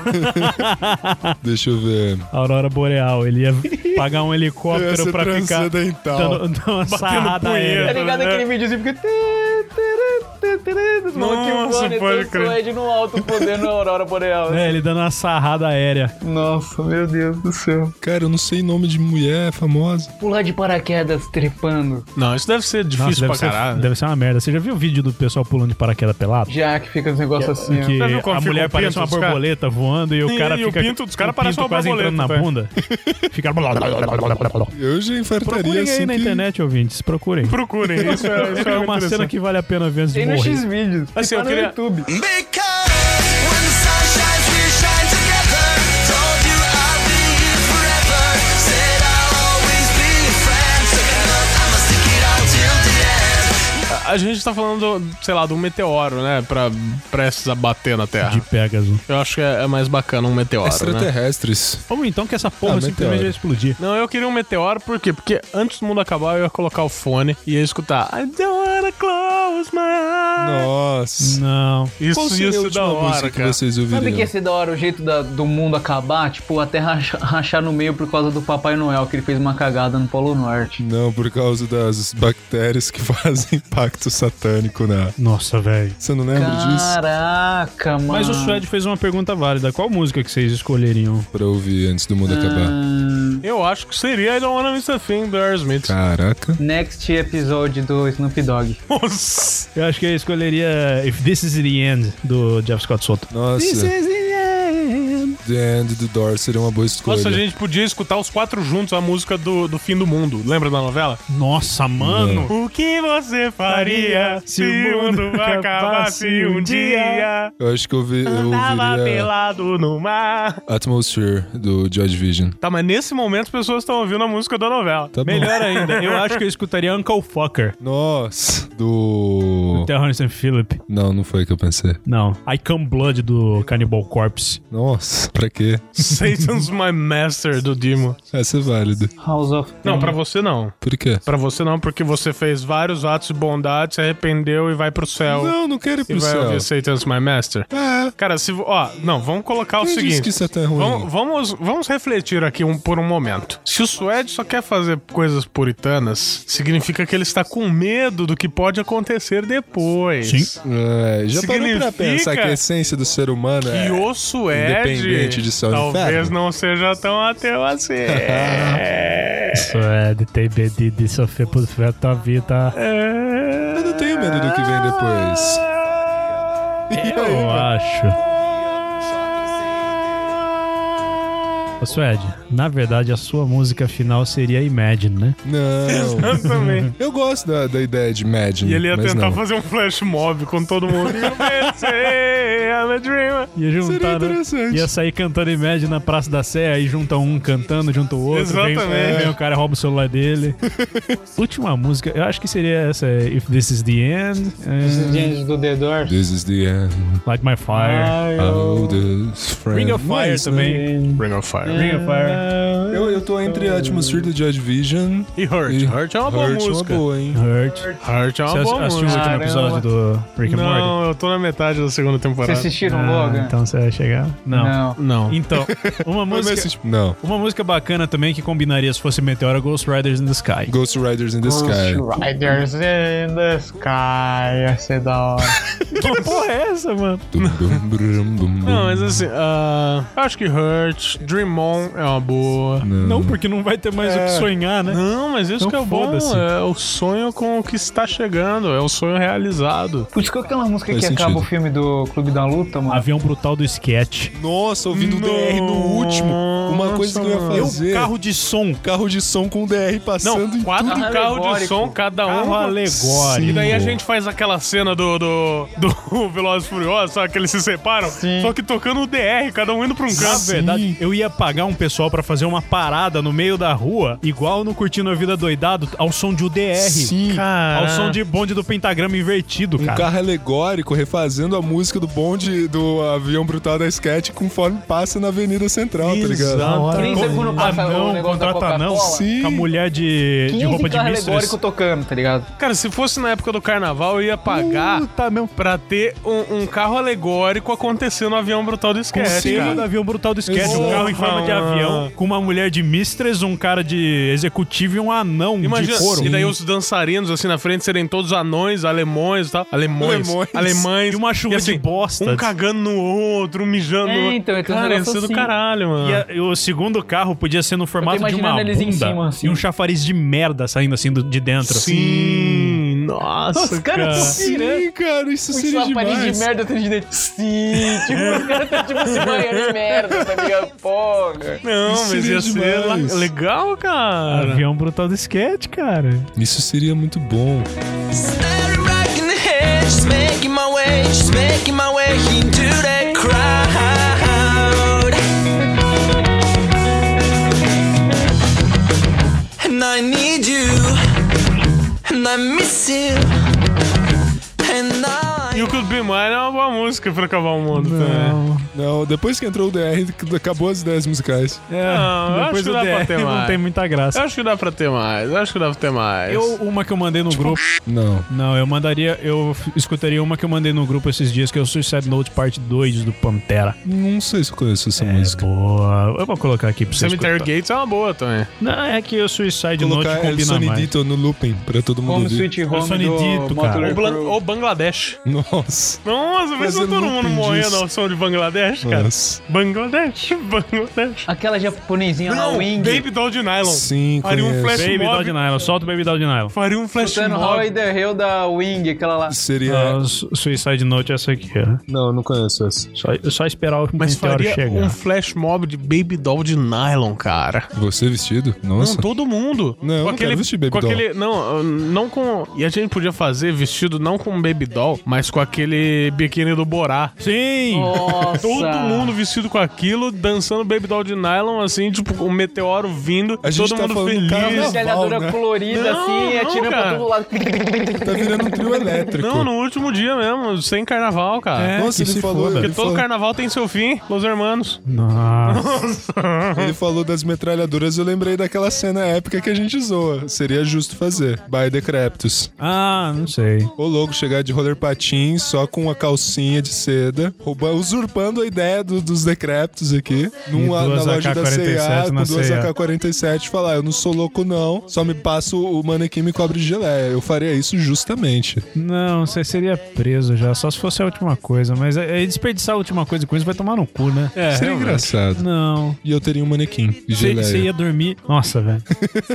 Deixa eu ver. Aurora Boreal, ele ia pagar um Eu ia helicóptero ser pra ficar. transcendental. Dando, uma sarrada Tá aérea. ligado aquele videozinho porque. Os maluquinhos Nossa, voando e pode tem o crer. Suede no alto podendo a aurora boreal. É, ele dando uma sarrada aérea. Nossa, meu Deus do céu. Cara, eu não sei nome de mulher famosa. Pular de paraquedas trepando. Não, isso deve ser Nossa, difícil deve, pra caralho. ser, deve ser uma merda. Você já viu o vídeo do pessoal pulando de paraquedas pelado? Já que fica uns negócios assim, Que ó. Já viu como a fica mulher o parece pinto uma dos caras? borboleta voando e o E- cara e o fica. pinto dos caras o parece pinto uma quase entrando na bunda. borboleta, então. Fica. Eu já infartaria Procurem aí assim na que- internet, ouvintes. Procurem. Procurem, isso é, isso É uma cena que vale a pena ver antes de Tem no morrer. X-Videos. Assim, eu tá no queria- YouTube. A gente tá falando, sei lá, de um meteoro, né? Pra prestes a bater na Terra. De Pegasus. Eu acho que é é mais bacana um meteoro, né? Extraterrestres. Como então que essa porra Ah, simplesmente meteoro. vai explodir? Não, eu queria um meteoro, por quê? Porque antes do mundo acabar, eu ia colocar o fone e ia escutar I don't wanna close my eyes. Nossa. Não. Qual Isso seria ia a ser última da hora, música que cara. vocês Sabe ouviriam? que ia ser da hora o jeito da- do mundo acabar? Tipo, até racha- rachar no meio por causa do Papai Noel, que ele fez uma cagada no Polo Norte. Não, por causa das bactérias que fazem impacto satânico na. Nossa, velho. Você não lembra disso? Caraca, mano. Mas o Suede fez uma pergunta válida. Qual música que vocês escolheriam? Pra ouvir antes do mundo acabar. Hum, Eu acho que seria I don't wanna miss a thing do Aerosmith. Caraca. Next episódio do Snoop Dogg. Nossa. Eu acho que eu escolheria If This Is The End, do Jeff Scott Soto. Nossa. The End do Door seria uma boa escolha. Nossa, a gente podia escutar os quatro juntos a música do, do fim do mundo. Lembra da novela? Nossa, mano! O que você faria se o mundo acabasse um dia? Eu acho que eu, vi, eu Tava ouviria pelado no mar. Atmosphere do Joy Division. Tá, mas nesse momento as pessoas estão ouvindo a música da novela. Tá bom. Melhor ainda, eu acho que eu escutaria Uncle Fucker, Nossa. Do. Então. Terrence and Phillip. Não, não foi o que eu pensei. Não, I Come Blood do Cannibal Corpse. Nossa, pra quê? Satan's My Master do Dimo. Essa é válida. House of Não, pra você não. Por quê? Pra você não, porque você fez vários atos de bondade, se arrependeu e vai pro céu. Não, não quero ir e pro vai céu. ouvir é Satan's My Master. É. Cara, se. vo- Ó, não, vamos colocar o Quem disse seguinte. que Satã é ruim? Vamos, vamos, vamos refletir aqui um- por um momento. Se o Suede só quer fazer coisas puritanas, significa que ele está com medo do que pode acontecer depois. Sim. É, já parou Significa pra pensar que a essência do ser humano E é... o Suede. Independente de céu e Talvez inferno. não seja tão ateu assim. É. Suede, tem medo de sofrer por fé da vida. Eu não tenho medo do que vem depois. Ah, E aí? Eu acho. Ô, Suede, na verdade a sua música final seria Imagine, né? Não. Também. Eu gosto da, da ideia de Imagine, E ele ia mas tentar não. fazer um flash mob com todo mundo. Eu pensei, I'm a dreamer. Ia Seria juntar, né? É interessante. Ia sair cantando Imagine na Praça da Sé, aí junta um cantando, junta o outro. vem- Exatamente. vem o cara rouba o celular dele. Última música, eu acho que seria essa, é, If This Is The End, é, Diante do The Ah, Doors. This is the end Light My Fire. of this friend. Ring of Não é Fire isso, né? também. Ring of Fire. Ring of Fire. Eu, eu tô entre a Atmosphere do Joy Division E Hurt. e Hurt é uma boa Hurt é música. uma boa, hein? Hurt. Hurt é uma Você boa assistiu o música. último episódio do Rick and Morty? Não, eu tô na metade da segunda temporada. Vocês assistiram Ah, logo? né? então você vai chegar? Não. Não. Então, uma Mas música, esse tipo- Não. uma música bacana também que combinaria se fosse Meteora é Ghost Riders in the Sky. Ghost Riders in the Sky. Riders in the Sky. Ia ser da hora. Que porra é essa, mano? Dum, dum, brum, bum, Não, bum. mas assim, ah, eu acho que Hurt, Dream On é uma boa. Não, porque não vai ter mais o que sonhar, né? Não, mas isso Então que é o bom, foda-se. é o sonho com o que está chegando, é o sonho realizado. Putz, qual que é aquela música Faz que acaba sentido. o filme do Clube da Luta, mano? Avião Brutal do Sketch. Nossa, ouvindo o DR no último. Uma coisa que eu ia mano. fazer. de som. carro de som com o DR passando Não, em quatro tudo. carros de Alegórico. som, cada um. Carro alegórico. E daí a gente faz aquela cena do, do, do Velozes e Furiosos, sabe? Que eles se separam. Só que tocando o DR, cada um indo pra um Na canto. verdade, eu ia pagar um pessoal pra fazer uma parada no meio da rua, igual no Curtindo a Vida Doidado, ao som de UDR. Sim. Cara. Ao som de bonde do pentagrama invertido, Um cara. carro alegórico refazendo a música do bonde do avião brutal da sketch conforme passa na Avenida Central, tá ligado? da hora. Príncipe quando passa o Anão, negócio da contrata anão Coca-Cola. com a mulher de, de 15 roupa de carro mistress. alegórico tocando, tá ligado? Cara, se fosse na época do carnaval, eu ia pagar Puta, meu. pra ter um, um carro alegórico acontecendo no avião brutal do Com o esquete, selo do cara. avião brutal do esquete, um Porra, carro em forma de mano. avião, com uma mulher de mistress, um cara de executivo e um anão Imagina, de couro. e daí os dançarinos assim na frente serem todos anões, alemões e tal. Alemões. Alemões. um Alemães. E uma chuva assim, de bosta. Um cagando no outro, um mijando. no É, outro. então, então, um cara, negócio isso é do assim. caralho, mano. E, a- e o segundo carro podia ser no formato de uma imaginando eles em bunda cima, assim. e um chafariz de merda saindo assim do- de dentro. Sim, nossa, Os cara. caras tão pirando. Sim, né? cara, isso seria Uma parede Um de demais. merda atrás de dentro. Sim, tipo, os caras tão tipo se banhando de merda, tá ligado? Porra. Não, Isso mas ia seria ser demais. la- legal, Ah, cara. Avião brutal do skate, É. cara. Isso seria muito bom. Started rocking the head, she's making my way, she's making my way into the crowd. And I need you, and I miss you, and I. E o Could Be Mine é uma boa música pra acabar o mundo Então, também. Não, depois que entrou o DR, acabou as ideias musicais. É. Não, eu acho que dá pra ter não mais. tem muita graça. Eu acho que dá pra ter mais, eu acho que dá pra ter mais. Eu, uma que eu mandei no grupo. Não. Não, eu mandaria. Eu f- escutaria uma que eu mandei no grupo esses dias, que é o Suicide Note Parte 2 do Pantera. Não sei se eu conheço essa música. É, Boa. Eu vou colocar aqui pra vocês. Cemetery escutar. Gates é uma boa também. Não, é que o Suicide Colocar Note El combina mais. Sonidito no looping pra todo mundo Home ouvir. Sweet Home Sonny Dito, do cara. Ou, Motley Blan- oh. Crue. ou Bangladesh. Nossa. Nossa, mas Fazer todo mundo looping morrendo disso. ao som de Bangladesh, É. cara. Nossa. Bangladesh, Bangladesh. Aquela japonesinha lá, Não, Wing. Baby Doll de Nylon. Sim, Faria um conheço. flash Baby mob. Doll de Nylon, solta o Baby Doll de Nylon. Faria um flash Escutando How mob. the Hell da Wing, aquela lá. É. Seria. Ah, Su- Suicide Note é essa aqui, ó. Não, não conheço essa. Só, só esperar o Mas meteoro faria chegar. um flash mob de Baby Doll de Nylon, cara. Você vestido? Não, Nossa. todo mundo. Não, eu não quero vestir baby com doll. aquele, não, não com. E a gente podia fazer vestido não com baby doll, mas com aquele biquíni do Borá. Sim! Nossa. Todo mundo vestido com aquilo, dançando baby doll de nylon, assim, tipo, com um meteoro vindo, A gente todo tá mundo falando feliz. é carnaval. Galhadora Val, né? colorida, Não, assim, não, atirando pra cara. todo lado. Tá virando um trio elétrico. Não, é. no último dia mesmo, sem carnaval, É. cara. Nossa, ele falou, Porque ele, todo falou, carnaval tem seu fim, Los Hermanos. ele falou das metralhadoras eu lembrei daquela cena épica que a gente zoa. Seria justo fazer. By Decreptus. Ah, não sei. O louco chegar de roller patins só com uma calcinha de seda, rouba, usurpando a ideia do- dos decréptos aqui, numa, na duas loja da AK-47 C&A, com na duas C&A. AK-47 e falar, "Ah, eu não sou louco não, só me passa o o manequim e me cobre de geleia. Eu faria isso justamente. Não, você seria preso já, só se fosse a última coisa. Mas aí desperdiçar a última coisa com isso vai tomar no cu, né? É. Seria engraçado. Não. E eu teria um manequim de geleia. Você ia dormir. Nossa, velho.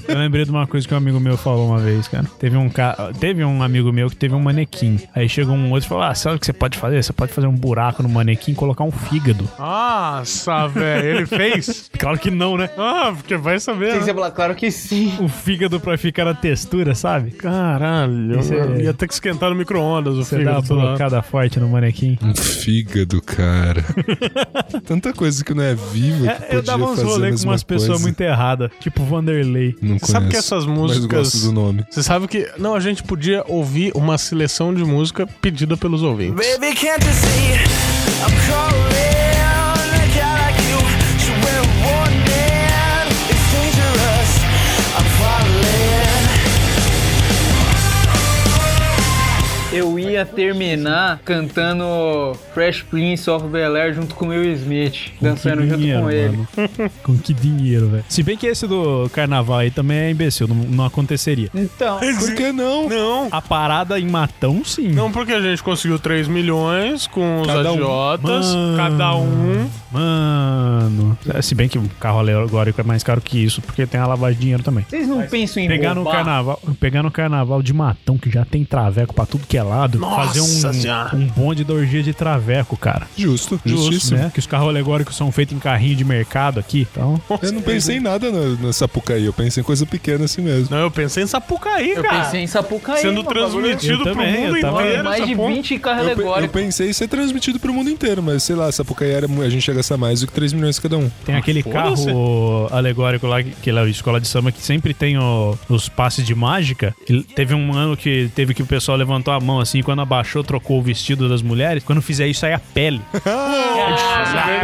Eu lembrei de uma coisa que um amigo meu falou uma vez, cara. Teve um, ca... teve um amigo meu que teve um manequim. Aí chegou um outro e falou: Ah, sabe o que você pode fazer? Você pode fazer um buraco no manequim e colocar um fígado. Nossa, velho, ele fez? Claro que não, né? Ah, porque vai saber. Tem né? que ser falar, claro que sim. O fígado pra ficar na textura, sabe? Caralho, Isso é- ia ter que esquentar no micro-ondas o Você dá uma fígado. toda hora. blocada forte no manequim. Um fígado, cara. Tanta coisa que não é viva que É, podia eu dava uns fazer a rolês com mesma umas pessoas coisa. muito erradas, tipo Vanderlei. Não Você sabe conheço, é que essas Mas gosto músicas. do nome. Você sabe que. Não, a gente podia ouvir uma seleção de música pedida pelos ouvintes. Baby, can't you see? I'm calling a girl like you should wear a warning. It's dangerous. I'm falling. Eu ia terminar cantando Fresh Prince of Bel-Air junto com o Will Smith, dançando junto dinheiro, com ele. mano. Com que dinheiro, velho. Se bem que esse do carnaval aí também é imbecil, não, não aconteceria. Então, Por que não? Não, A parada em Matão, sim. não Então, porque a gente conseguiu 3 milhões com os Cada um. agiotas, Mano. cada um. Mano. É, Se bem que o carro alegórico é mais caro que isso, porque tem a lavagem de dinheiro também. vocês não pensam em Pegar no, roubar? carnaval, pegar no carnaval de matão, que já tem traveco pra tudo que é lado, Nossa fazer Senhora. um, um bonde da orgia de traveco, cara. Justo, Justo, justíssimo. né? Que os carros alegóricos são feitos em carrinho de mercado aqui. Então, Eu não pensei em nada na, na Sapucaí, eu pensei em coisa pequena assim mesmo. Não, eu pensei em Sapucaí, Eu cara. pensei em um assim. Sapucaí. Sendo mano, transmitido Eu pro também, mundo eu tava- bagulho. inteiro. Mais essa de porra. 20 carros Eu, pe- eu alegóricos. pensei em ser transmitido pro mundo inteiro, mas sei lá, Sapucaí era, mu- a gente ia gastar mais do que 3 milhões cada um. tem aquele foda-se. carro alegórico lá, que- que é a escola de samba, que sempre tem o- os passes de mágica. E teve um ano que teve que o pessoal levantou a mão mão assim, quando abaixou, trocou o vestido das mulheres. Quando fizer isso, sai a pele. Verdade.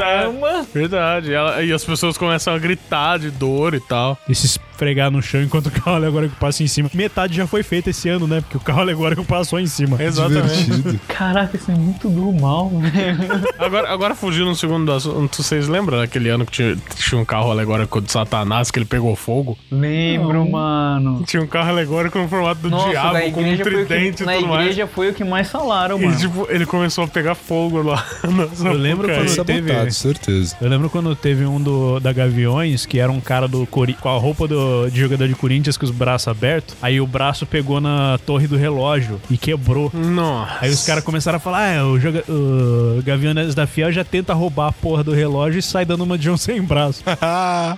Verdade. E, ela- e as pessoas começam a gritar de dor e tal. E se esfregar no chão enquanto o carro alegórico passa em cima. Metade já foi feita esse ano, né? Porque o carro alegórico passou em cima. Divertido. Caraca, isso é muito do mal, velho. Agora, agora fugindo um segundo do assunto, vocês lembram daquele ano que tinha, tinha um carro alegórico de Satanás que ele pegou fogo? Lembro, mano. Tinha um carro alegórico no formato do Nossa, diabo, na com um igreja, foi o tridente que, e na tudo mais. igreja foi o que mais falaram, E, mano. tipo, ele começou a pegar fogo lá. Eu lembro quando Sabotado, teve- certeza. Eu lembro quando teve um do, da Gaviões, que era um cara do Cori com a roupa do, de jogador de Corinthians com os braços abertos. Aí o braço pegou na torre do relógio e quebrou. Nossa. Aí os caras começaram a falar: ah, o, joga- o Gaviões da Fiel já tenta roubar a porra do relógio e sai dando uma de um sem braço.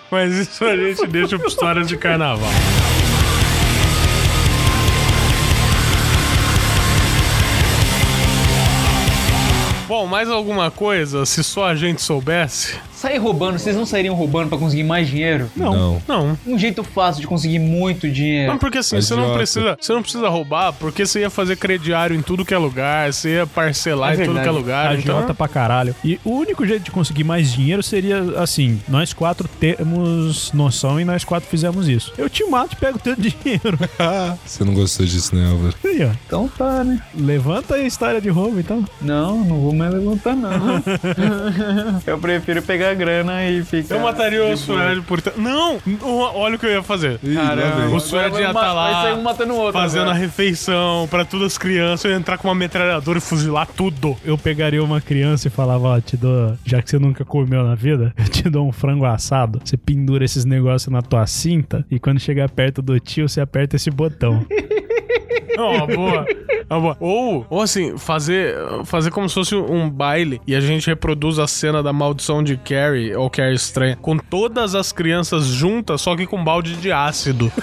Mas isso a gente deixa pra história de carnaval. Bom, mais alguma coisa, se só a gente soubesse? Sair roubando, vocês não sairiam roubando pra conseguir mais dinheiro? Não. Não. Um jeito fácil de conseguir muito dinheiro. Não, porque assim, Mas você não, idiota. precisa, você não precisa roubar, porque você ia fazer crediário em tudo que é lugar, você ia parcelar É em tudo verdade. que é lugar. Então, Agiota pra caralho. E o único jeito de conseguir mais dinheiro seria assim: nós quatro temos noção e nós quatro fizemos isso. Eu te mato e pego teu dinheiro. Você não gostou disso, né, Álvaro? Aí, ó. Então tá, né? Levanta aí a história de roubo, então. Não, não vou mais levantar, não. eu prefiro pegar a grana e ficar. eu mataria o Suede por. ta- Não! o- Olha o que eu ia fazer. Ih, lá O vem. Suede ia Vai estar sair um lá matando o tá outro. fazendo a agora. refeição pra todas as crianças, eu ia entrar com uma metralhadora e fuzilar tudo. Eu pegaria uma criança e falava, ó, te dou, já que você nunca comeu na vida, eu te dou um frango assado. Você pendura esses negócios na tua cinta e quando chegar perto do tio, você aperta esse botão. Não, uma boa. Uma boa. Ou, ou assim, fazer, fazer como se fosse um baile e a gente reproduz a cena da maldição de Carrie ou Carrie Estranha com todas as crianças juntas, só que com balde de ácido.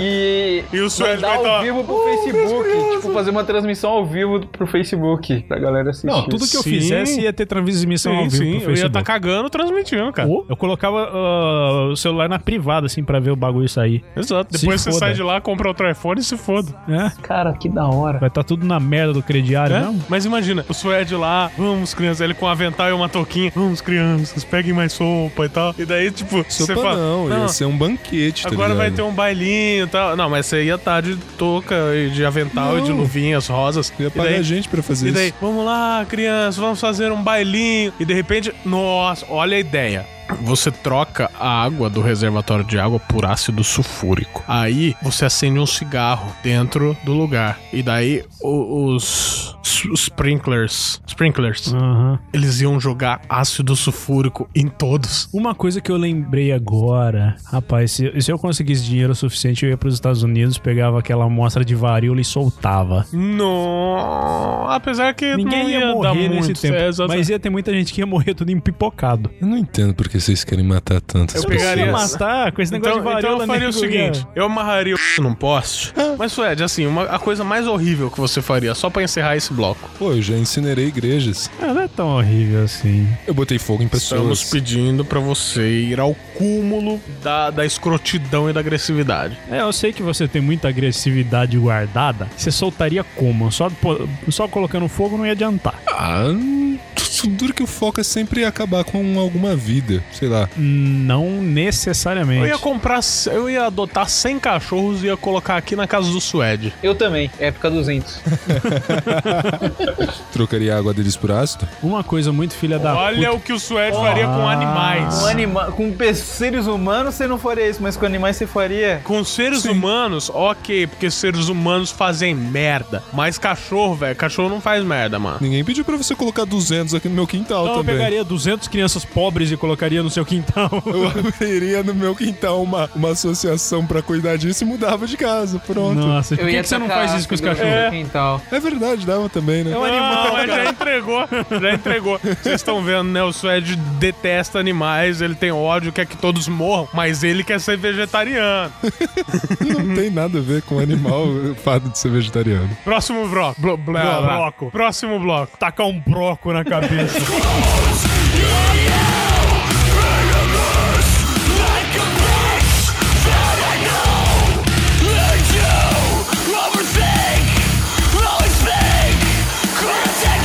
E. E o Suede Mandar vai ao tá- vivo pro Facebook. Tipo, fazer uma transmissão ao vivo pro Facebook. Pra galera assistir. Não, tudo que eu Sim. fizesse ia ter transmissão tá ao Sim, vivo pro sim. Eu ia Facebook. estar cagando transmitindo, cara. Ou Eu colocava ah, o celular na privada, assim, pra ver o bagulho sair. Exato. Se Depois você foda. sai de lá, compra outro iPhone e se foda. É? Cara, que da hora. tá Vai estar tudo na merda do crediário, É? não? Mas imagina, o Suede lá, vamos crianças, ele com um avental e uma touquinha, vamos crianças, peguem mais sopa e tal. E daí, tipo, Sopa não, ia ser um banquete, tá Agora vai ter ligado? um bailinho e tal. Não, mas você ia estar tá de touca e de avental e de luvinhas rosas. Ia um- e pagar daí, a gente pra fazer e daí, isso. vamos lá, crianças, vamos fazer um bailinho. E de repente, nossa, olha a ideia. Você troca a água do reservatório de água por ácido sulfúrico. Aí você acende um cigarro dentro do lugar. E daí o- os, os sprinklers, sprinklers, eles iam jogar ácido sulfúrico em todos. Uma coisa que eu lembrei agora, rapaz, se, se eu conseguisse dinheiro suficiente, eu ia pros Estados Unidos, pegava aquela amostra de varíola e soltava. Não, apesar que Ninguém não ia, ia, dar morrer nesse muito, tempo, É, exatamente. mas ia ter muita gente que ia morrer tudo empipocado. Eu não entendo por que vocês querem matar tantas Eu pessoas. pegaria- Ia Isso. matar com esse negócio Então, de varíola. né, então eu faria o nego, seguinte: ia- eu amarraria o num poste. Mas, Fred, assim, uma, a coisa mais horrível que você faria, só pra encerrar esse bloco. Pô, eu já incinerei igrejas. Ah, não é tão horrível assim. Eu botei fogo em pessoas. Estamos pedindo pra você ir ao cúmulo da, da escrotidão e da agressividade. É, eu sei que você tem muita agressividade guardada. Você soltaria como? Só, pô- só colocando fogo não ia adiantar. Ah, hum, duro que o foco é sempre acabar com alguma vida. Sei lá. Não necessariamente. Eu ia comprar, eu ia adotar 100 cachorros e ia colocar aqui na casa do Suede. Eu também. Época 200. Trocaria a água deles por ácido. Uma coisa muito filha da Olha o que o Suede faria Ah. com Ah. animais. Com, anima... com pe- seres humanos você não faria isso, mas com animais você faria. Com seres humanos, ok, porque seres humanos fazem merda. Mas cachorro, velho, cachorro não faz merda, mano. Ninguém pediu pra você colocar 200 aqui no meu quintal Não, Então eu também. pegaria 200 crianças pobres e colocaria no seu quintal. Eu abriria no meu quintal uma, uma associação pra cuidar disso e mudava de casa. Pronto. Nossa, por ia que, que você não tacar faz isso com os ácido cachorros? no quintal. É verdade, dava também, É né? um Não, mas já entregou, já entregou. Vocês estão vendo, né? O Suede detesta animais, ele tem ódio, quer que todos morram, mas ele quer ser vegetariano. Não tem nada a ver com animal o fato de ser vegetariano. Próximo bloco. Blo- blo- Bloco. Próximo bloco. Tacar um broco na cabeça. Overthink! Oh,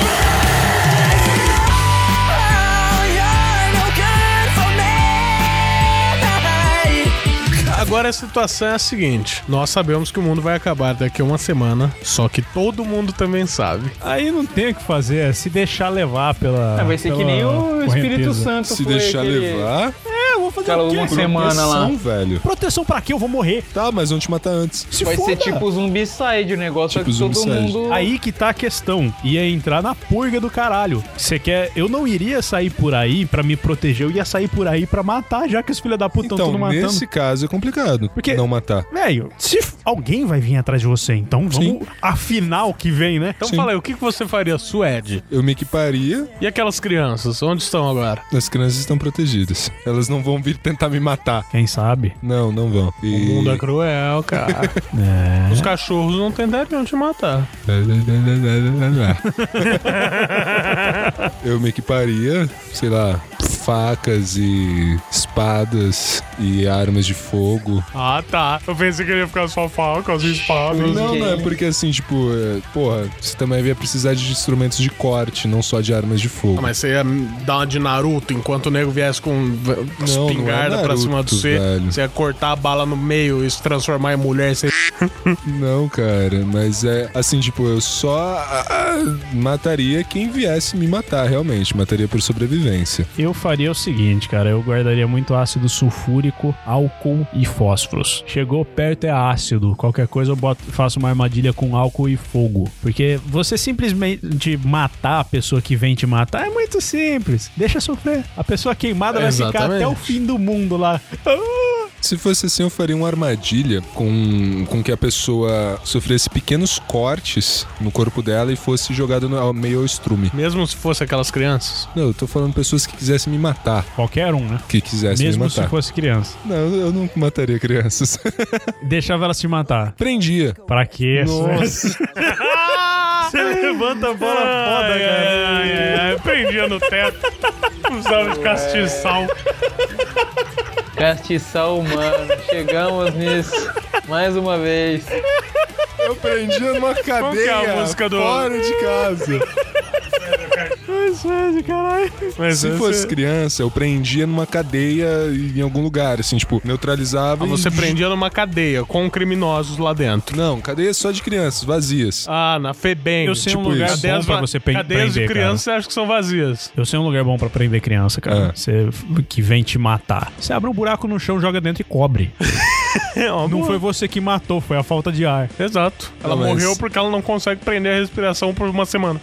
Agora a situação é a seguinte: nós sabemos que o mundo vai acabar daqui a uma semana, só que todo mundo também sabe. Aí não tem o que fazer, é se deixar levar pela. Ah, vai ser que nem o pela Espírito correnteza. Santo. Se foi deixar aquele- levar, É, eu vou fazer Aquela o quê? uma cara? semana lá. proteção, um velho. Proteção pra quê? Eu vou morrer. Tá, mas vão te matar antes. Se Vai foda. ser tipo zumbicide o negócio, Tipo só que todo Zumbicide. mundo. Aí Aí que tá a questão. Ia entrar na purga do caralho. Você quer. Eu não iria sair por aí pra me proteger, eu ia sair por aí pra matar, já que os filha da puta estão Então, tudo matando. nesse caso é complicado Porque- não matar. Velho, se f- alguém vai vir atrás de você, então vamos. Afinal que vem, né? Então Sim. fala aí, o que que você faria, Suede? Eu me equiparia, E aquelas crianças, onde estão agora? as crianças estão protegidas. Elas não vão vir tentar me matar. Quem sabe? Não, não vão. E... O mundo é cruel, cara. É. Os cachorros não tentariam te matar. Eu me equiparia, sei lá, facas e espadas e armas de fogo. Ah, tá. Eu pensei que ele ia ficar só facas e espadas. Não, não, é porque assim, tipo, é, porra, você também ia precisar de instrumentos de corte, não só de armas de fogo. Ah, Mas você ia dar uma de Naruto enquanto o nego viesse com v- não é espingarda pra Naruto, cima do você. velho. Você ia cortar a bala no meio e se transformar em mulher. Você... Não, cara, mas é assim, tipo, eu só ah, ah, mataria quem viesse me matar, realmente. Mataria por sobrevivência. Eu faria o seguinte, cara. Eu guardaria muito ácido sulfúrico, álcool e fósforos. Chegou perto é ácido. Qualquer coisa eu boto- faço uma armadilha com álcool e fogo. Porque você simplesmente matar a pessoa que vem te matar é muito simples. Deixa sofrer. A pessoa queimada vai ficar Exatamente. até o fim do mundo lá. Ah! Se fosse assim, eu faria uma armadilha com, com que a pessoa sofresse pequenos cortes no corpo dela e fosse jogada no ao meio ao estrume. Mesmo se fosse aquelas crianças. Não, eu tô falando pessoas que quisessem me matar. Qualquer um, né? Que quisessem Mesmo me se matar. fosse criança. Não, eu não mataria crianças. Deixava ela se matar. Prendia. Pra quê? Nossa. Você levanta a bola foda, Ai, cara. ai, ai, ai. Prendia no teto. Usava de castiçal. Castiçal humano. Chegamos nisso. Mais uma vez. Eu prendia numa cadeia. que é a música do- Fora de casa. Mas é- Se esse- fosse criança, eu prendia numa cadeia em algum lugar, assim, tipo, neutralizava Ah, e... você prendia numa cadeia com criminosos lá dentro. Não, cadeia só de crianças, vazias. Ah, na Febem. é Eu sei um tipo lugar bom cadeias pra va- você pen- Cadeias de prender, cara. crianças, eu acho que são vazias. Eu sei um lugar bom pra prender criança, cara. Ah. É. Você que vem te matar. Você abre um buraco no chão, joga dentro e cobre. Não foi você que matou, foi a falta de ar. Exato. Ela Não, mas- morreu porque ela não consegue prender a respiração por uma semana.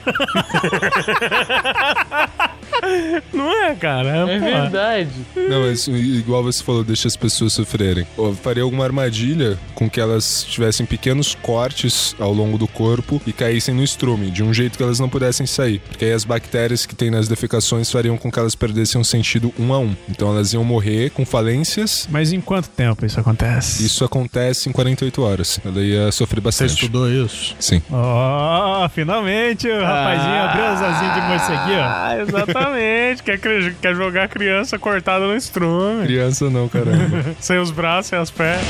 não é, cara? É Pô, verdade. Não, mas igual você falou, deixa as pessoas sofrerem. Eu faria alguma armadilha com que elas tivessem pequenos cortes ao longo do corpo e caíssem no estrume, de um jeito que elas não pudessem sair. Porque aí as bactérias que tem nas defecações fariam com que elas perdessem o sentido um a um. Então elas iam morrer com falências. Mas em quanto tempo isso acontece? Isso acontece em 48 horas. Ela ia sofrer bastante. isso? Sim. Ó, finalmente o rapazinho abriu as asinhas de morceguinho. ó. Ah, exatamente. quer, cri- quer jogar a criança cortada no estrume, Criança não, caramba. sem os braços, sem as pernas.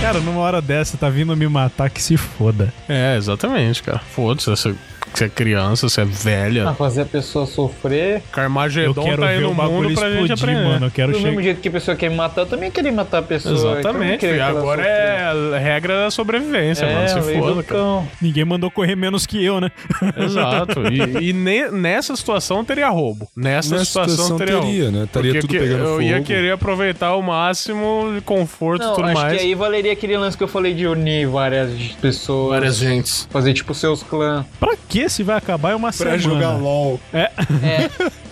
Cara, numa hora dessa, tá vindo me matar, que se foda. É, exatamente, cara. Foda-se, você, você é criança, você é velha. Pra Ah, fazer a pessoa sofrer. Eu Carmagedon quero Ah, tá aí ver no o bagulho mundo pra gente explodir, aprender. mano. Eu quero Do mesmo chegar. jeito que a pessoa quer me matar, eu também queria matar a pessoa. Exatamente, filho. agora é a regra da sobrevivência, É, "Então, mano. a Se lei foda, do cara. cão. Ninguém mandou correr menos que eu, né? Exato. E, e ne- nessa situação teria roubo. Nessa, Nessa situação, teria, roubo. né? Estaria Porque tudo que- pegando eu fogo. ia querer aproveitar o máximo de conforto e Não, tudo acho mais. que aí valeria aquele lance que eu falei de unir várias pessoas. gentes. Fazer tipo seus clãs. Pra que se vai acabar em uma Pra semana? jogar LOL. É,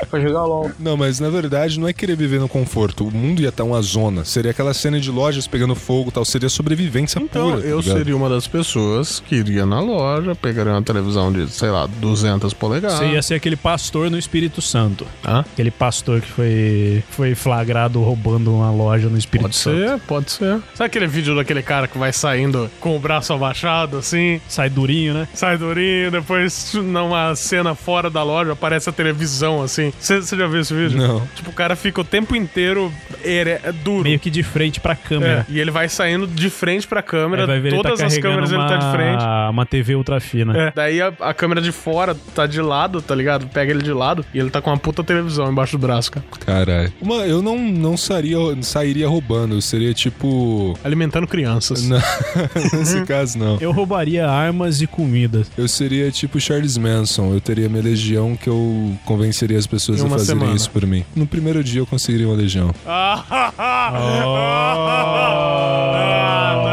pra jogar LOL. Não, mas na verdade não é querer viver no conforto. O mundo ia estar uma zona. Seria aquela cena de lojas pegando fogo e tal. Seria sobrevivência Então, pura. tá eu ligado? seria uma das pessoas que iria na loja, pegaria uma televisão de, sei lá, 200 polegadas. Você ia ser aquele pastor no Espírito Santo. Hã? Aquele pastor que foi, foi flagrado roubando uma loja no Espírito Pode Santo. ser, pode ser. Sabe aquele vídeo daquele cara que vai saindo com o braço abaixado, assim, Sai durinho, né? sai durinho, depois numa cena fora da loja aparece a televisão, assim. Você já viu esse vídeo? Não. Tipo, o cara fica o tempo inteiro ere- é duro. Meio que de frente pra câmera. É, e ele vai saindo de frente pra câmera, Aí vai ver, todas ele tá as câmeras carregando ele tá de frente. uma- Uma TV ultra fina. É, Daí a, a câmera de fora tá de lado, tá ligado? Pega ele de lado e ele tá com uma puta televisão embaixo do braço, cara. Caralho. Uma, eu não, não sairia, sairia roubando. Eu seria tipo. Alimentando crianças. Não, nesse caso, não. Eu roubaria armas e comida. Eu seria tipo Charles Manson. Eu teria minha legião que eu convenceria as pessoas Em a uma fazerem semana. isso por mim. No primeiro dia eu conseguiria uma legião. Ah. Ah, não, velho. Ah,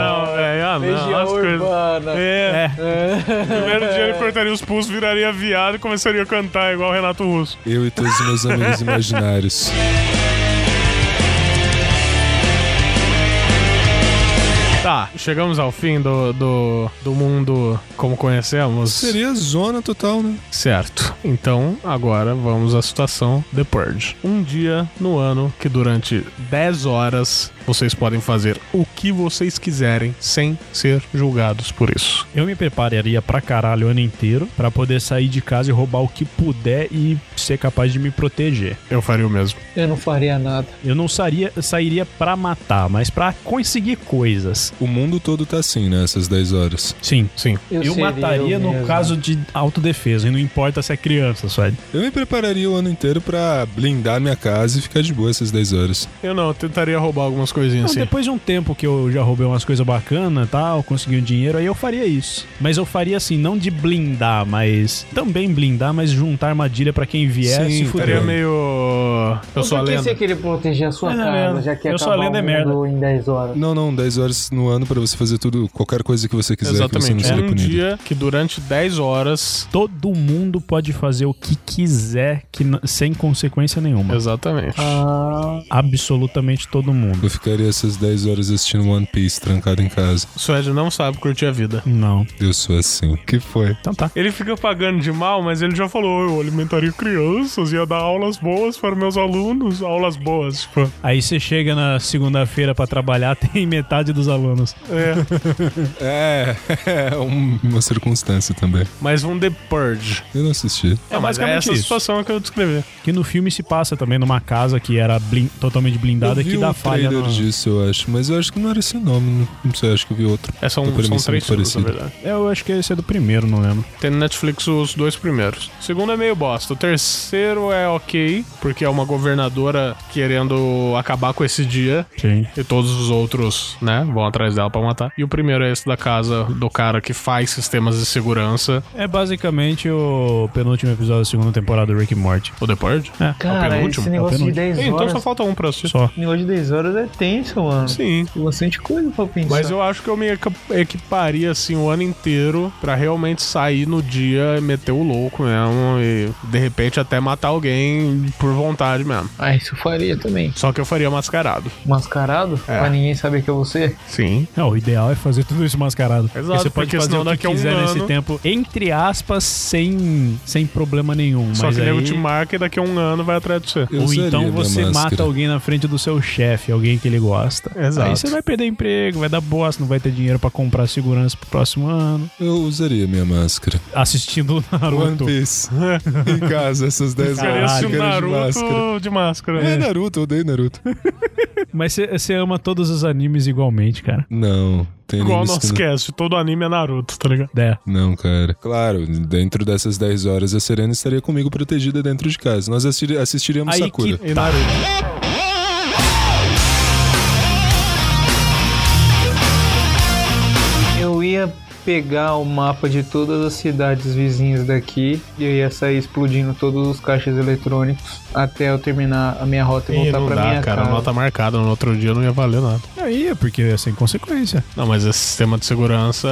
não. As coisas. É. Primeiro dia ele cortaria os pulsos, viraria viado e começaria a cantar igual o Renato Russo. Eu e todos os meus amigos imaginários. Tá, chegamos ao fim do, do, do mundo como conhecemos. Seria zona total, né? Certo. Então, agora vamos à situação The Purge. Um dia no ano que durante 10 horas vocês podem fazer o que vocês quiserem sem ser julgados por isso. Eu me prepararia pra caralho o ano inteiro pra poder sair de casa e roubar o que puder e ser capaz de me proteger. Eu faria o mesmo. Eu não faria nada. Eu não sairia, sairia pra matar, mas pra conseguir coisas. O mundo todo tá assim, né? Essas 10 horas. Sim. Sim. Eu, seria mataria eu no mesmo. caso de autodefesa, e não importa se é criança, só. Eu me prepararia o ano inteiro pra blindar minha casa e ficar de boa essas 10 horas. Eu não, eu tentaria roubar algumas coisinhas Não, assim. depois de um tempo que eu já roubei umas coisas bacanas tal, consegui um dinheiro, aí eu faria isso. Mas eu faria assim, não de blindar, mas. Também blindar, mas juntar armadilha pra quem vier Sim, se Eu Seria fuder. meio. Eu sou a Por que você lenda. queria proteger a sua É, Não, não, casa, não. já que Eu sou a acabar lenda é o merda. mundo em 10 horas? Não, não, 10 horas no ano pra você fazer tudo, qualquer coisa que você quiser, que você não Exatamente. seria um punido. dia que durante 10 horas. Todo mundo pode fazer o que quiser que n- sem consequência nenhuma. Exatamente. Ah. Absolutamente todo mundo. Eu ficaria essas 10 horas assistindo One Piece trancado em casa. O Suede não sabe curtir a vida. Não. Eu sou assim. Que foi? Então tá. Ele fica pagando de mal, mas ele já falou: eu alimentaria crianças, ia dar aulas boas para meus alunos. Aulas boas, tipo. Aí você chega na segunda-feira pra trabalhar, tem metade dos alunos. É, é um- uma circunstância também. Mas um The Purge. Eu não assisti. É, basicamente essa isso. situação é que eu descrevi. Que no filme se passa também numa casa que era blin- totalmente blindada eu vi que dá um falha. trailer no- disso, eu acho. Mas eu acho que não era esse nome. Não, não sei, eu acho que eu vi outro. É, são, Tá por são mim, três são filmes, na parecido. verdade. Eu acho que esse é do primeiro, não lembro. Tem no Netflix os dois primeiros. O segundo é meio bosta. O terceiro é ok, porque é uma governadora querendo acabar com esse dia. Sim. E todos os outros, né, vão atrás dela pra matar. E o primeiro é esse da casa do cara que faz sistemas de segurança. É basicamente o penúltimo episódio da segunda temporada do Rick and Morty. O The Purge? É, é o Cara, penúltimo. esse negócio de 10 Então horas. só falta um pra assistir. Só. Esse negócio de 10 horas é tenso, mano. Sim. Tem bastante coisa pra pensar. Mas eu acho que eu me equi- equiparia assim o ano inteiro pra realmente sair no dia e meter o louco mesmo e de repente até matar alguém por vontade mesmo. Ah, isso eu faria também. Só que eu faria mascarado. Mascarado? É. Pra ninguém saber que é você? Sim. Não, o ideal é fazer tudo isso mascarado. Porque Exato, você pode porque fazer senão o que daqui a um quiser nesse ano- tempo, entre aspas, sem, sem problema nenhum. Só mas que o aí... nego te marca e daqui a um ano vai atrás de você. Eu Ou usaria então minha você máscara. mata alguém na frente do seu chefe, alguém que ele gosta. Exato. Aí você vai perder emprego, vai dar bosta, não vai ter dinheiro pra comprar segurança pro próximo ano. Eu usaria minha máscara. Assistindo o One Naruto. Piece. em casa, essas 10 Ficaria horas. assim, ficaria Ah, Naruto de de máscara. máscara. É Naruto, eu odeio Naruto. Mas você- você ama todos os animes igualmente, cara. Não, tem Igual o animes que nosso não- cast, todo anime é Naruto, tá ligado? É. Não, cara. Claro, dentro dessas 10 horas a Serena estaria comigo protegida dentro de casa. Nós assistir- assistiríamos Aí Sakura. que tá. Eu ia pegar o mapa de todas as cidades vizinhas daqui e eu ia sair explodindo todos os caixas eletrônicos até eu terminar a minha rota e Ih, voltar não pra dá, minha cara. casa. Nota marcada no outro dia não ia valer nada. Aí é porque é sem consequência. Não, mas esse sistema de segurança,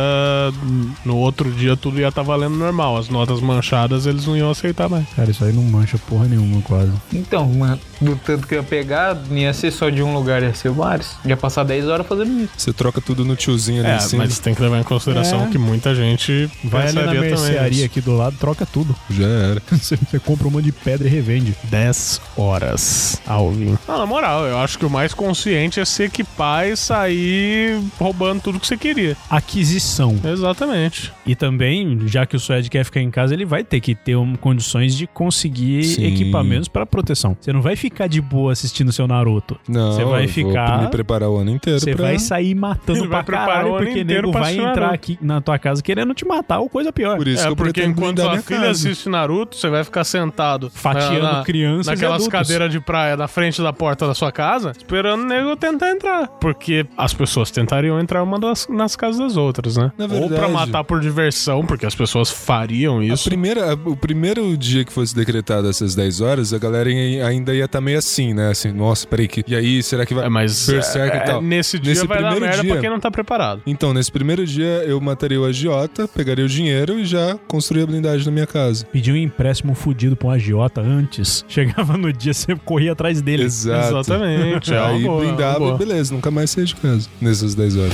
no outro dia tudo ia estar valendo normal. As notas manchadas eles não iam aceitar mais. Cara, isso aí não mancha porra nenhuma quase. Então, mano, do tanto que eu ia pegar, não ia ser só de um lugar, ia ser vários. Ia passar 10 horas fazendo isso. Você troca tudo no tiozinho ali É, em cima. mas tem que levar em consideração É. que muita gente Vai ali na pensaria mercearia aqui do lado, troca tudo. Já era. Você você compra um monte de pedra e revende. 10 horas, Alvin. Ah, na moral, eu acho que o mais consciente é se equipar lá e sair roubando tudo que você queria. Aquisição. Exatamente. E também, já que o Suede quer ficar em casa, ele vai ter que ter um, condições de conseguir Sim. equipamentos para proteção. Você não vai ficar de boa assistindo seu Naruto. Não, Você vai eu ficar- Vou me preparar o ano inteiro. Você pra... vai sair matando Ele pra vai preparar o caralho, ano porque inteiro nego pra né? vai assistir entrar Naruto. aqui na tua casa querendo te matar ou coisa pior. Por isso que É, eu porque pretendo enquanto blindar a minha filha casa. assiste Naruto, você vai ficar sentado Fatiando né, crianças e Ah, naquelas adultos. cadeiras de praia na frente da porta da sua casa, esperando o nego tentar entrar. Porque as pessoas tentariam entrar uma das, nas casas das outras, né? Na Ou pra verdade- matar por diversão, porque as pessoas fariam A isso. primeira, a- o primeiro dia que fosse decretado essas 10 horas, a galera ai- ainda ia estar meio assim, né? Assim, nossa, peraí, que, e aí, será que vai. É, mas Berserk é, e tal. nesse dia vai dar merda pra quem não tá preparado. Então, nesse primeiro dia, eu mataria o agiota, pegaria o dinheiro e já construiria a blindagem na minha casa. Pedir um empréstimo fudido pra um agiota antes. Chegava no dia, você corria atrás dele. Exato. Exatamente. é uma Aí boa, é uma blindava boa. e beleza, nunca mais saía de casa nessas 10 horas.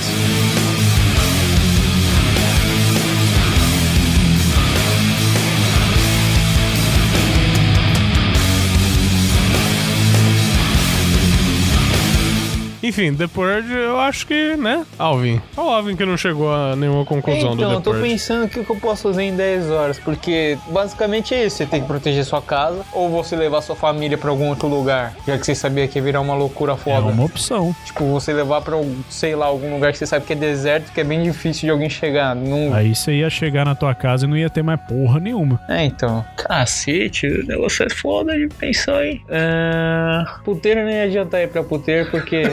Enfim, The Purge, eu acho que, né? Alvin. Olha o Alvin que não chegou a nenhuma conclusão Então, eu do The tô Purge. pensando o que que eu posso fazer em 10 horas, porque basicamente é isso, você tem que proteger sua casa ou você levar sua família pra algum outro lugar, já que você sabia que ia virar uma loucura É um foda. uma opção. Tipo, você levar pra, sei lá, algum lugar que você sabe que é deserto, que é bem difícil de alguém chegar. Não... Aí você ia chegar na tua casa e não ia ter mais porra nenhuma. É, então. Cacete, o negócio é foda de pensar, hein? É... Puteiro nem ia adiantar ir pra puteiro, porque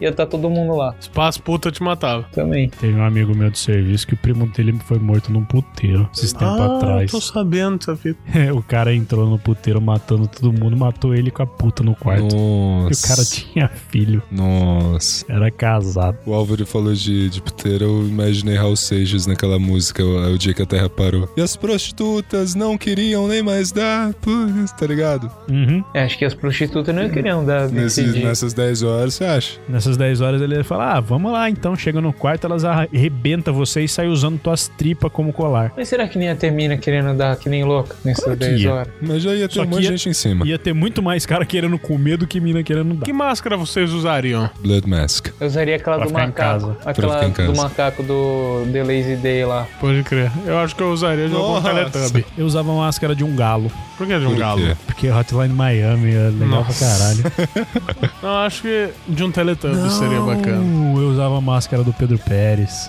ia estar todo mundo lá Espaço puta Tipo, te matava. também. Teve um amigo meu de serviço que o primo dele foi morto num puteiro esses tempos atrás. tô sabendo, sabia? É, o cara entrou no puteiro matando todo mundo, matou ele com a puta no quarto. E o Nossa. cara tinha filho, Nossa. era casado. O Álvaro falou de, de puteiro, eu imaginei Raul Seixas naquela música, o, o dia que a Terra parou. E as prostitutas não queriam nem mais dar, putz, tá ligado? Uhum. É, acho que as prostitutas não queriam dar Nesse- nesse dia. nessas 10 horas, você acha? Nessas 10 horas ele ia falar: ah, vamos lá então. Chega no quarto, elas arrebentam você e sai usando tuas tripas como colar. Mas será que nem a termina querendo dar que nem louca nessas Claro que 10 ia. horas? Mas já ia ter Só um que monte de ia- gente em cima. Ia ter muito mais cara querendo comer do que mina querendo dar. Que máscara vocês usariam? Blood Mask. Eu usaria aquela Pra do ficar em macaco. ficar Aquela em casa. do macaco do The Lazy Day lá. Pode crer. Eu acho que eu usaria de algum Nossa. Teletubbie. Eu usava a máscara de um galo, Por que de um Por galo? quê? porque Hotline Miami é legal Nossa. pra caralho. Não, acho que de um Teletubbie seria bacana. Uh, eu usava a máscara do Pedro Pérez.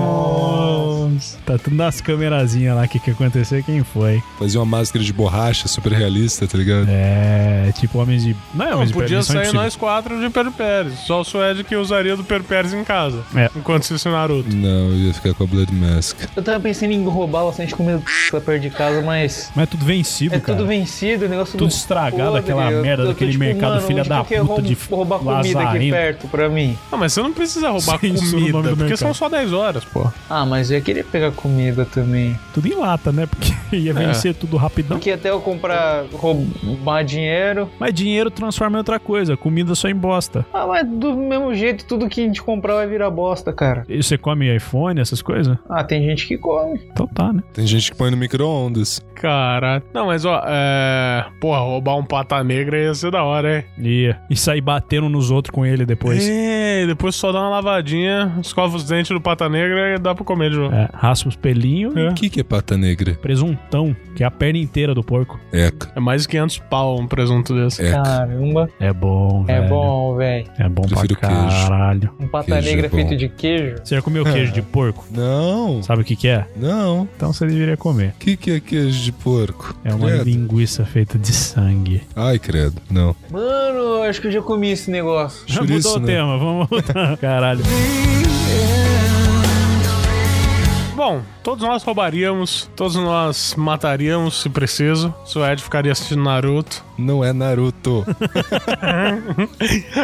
Nossa. Tá tudo nas camerazinhas lá, o que, que aconteceu quem foi. Fazia uma máscara de borracha super realista, tá ligado? É, tipo homens de. Não é Não, homens de podia Pérez, Missão sair Impossível. nós quatro de Pedro Pérez. Só o Suede que usaria do Pedro Pérez em casa. É. Enquanto assiste o Naruto. Não, eu ia ficar com a Blood Mask. Eu tava pensando em roubar bastante comida lá perto de casa, mas. Mas é tudo vencido, É cara. tudo vencido, o negócio né? Tudo do estragado, podre. aquela merda daquele mercado tipo, mano, filha onde da que eu puta roubo- de roubar comida aqui lazarento. perto pra mim. Não, mas você não precisa roubar Sim, isso no comida, nome do porque mercado. são só 10 horas, pô. Ah, mas eu ia querer pegar comida também. Tudo em lata, né? Porque É. ia vencer tudo rapidão. Porque até eu comprar, roubar dinheiro. Mas dinheiro transforma em outra coisa. Comida só em bosta. Ah, mas do mesmo jeito, tudo que a gente comprar vai virar bosta, cara. E você come iPhone, essas coisas? Ah, tem gente que come. Então tá, né? Tem gente que põe no micro-ondas. Cara. Não, mas ó, é. Porra, roubar um pata negra ia ser da hora, hein? E, e sair batendo nos outros com ele depois. É, depois só dá uma lavadinha, escova os dentes do pata negra e dá pra comer de novo. É, raspa os pelinhos É. e O que, que é pata negra? presuntão, que é a perna inteira do porco. Eca. É mais de 500 pau um presunto desse. Eca. Ah. Caramba. É bom, É velho. bom, velho. É bom Prefiro pra queijo. caralho. Um pata Queijo é negra bom. feito de queijo. Você já comeu queijo de porco? Não, Sabe o que que é? não. Então você deveria comer. O que, que é queijo de porco? É uma Credo. linguiça feita de sangue. Ai, credo. Não. Mano, acho que eu já comi esse negócio. Já Chouriço, mudou né? o tema, vamos voltar. Caralho. Bom, todos nós roubaríamos, todos nós mataríamos se preciso. Suede ficaria assistindo Naruto. Não é Naruto.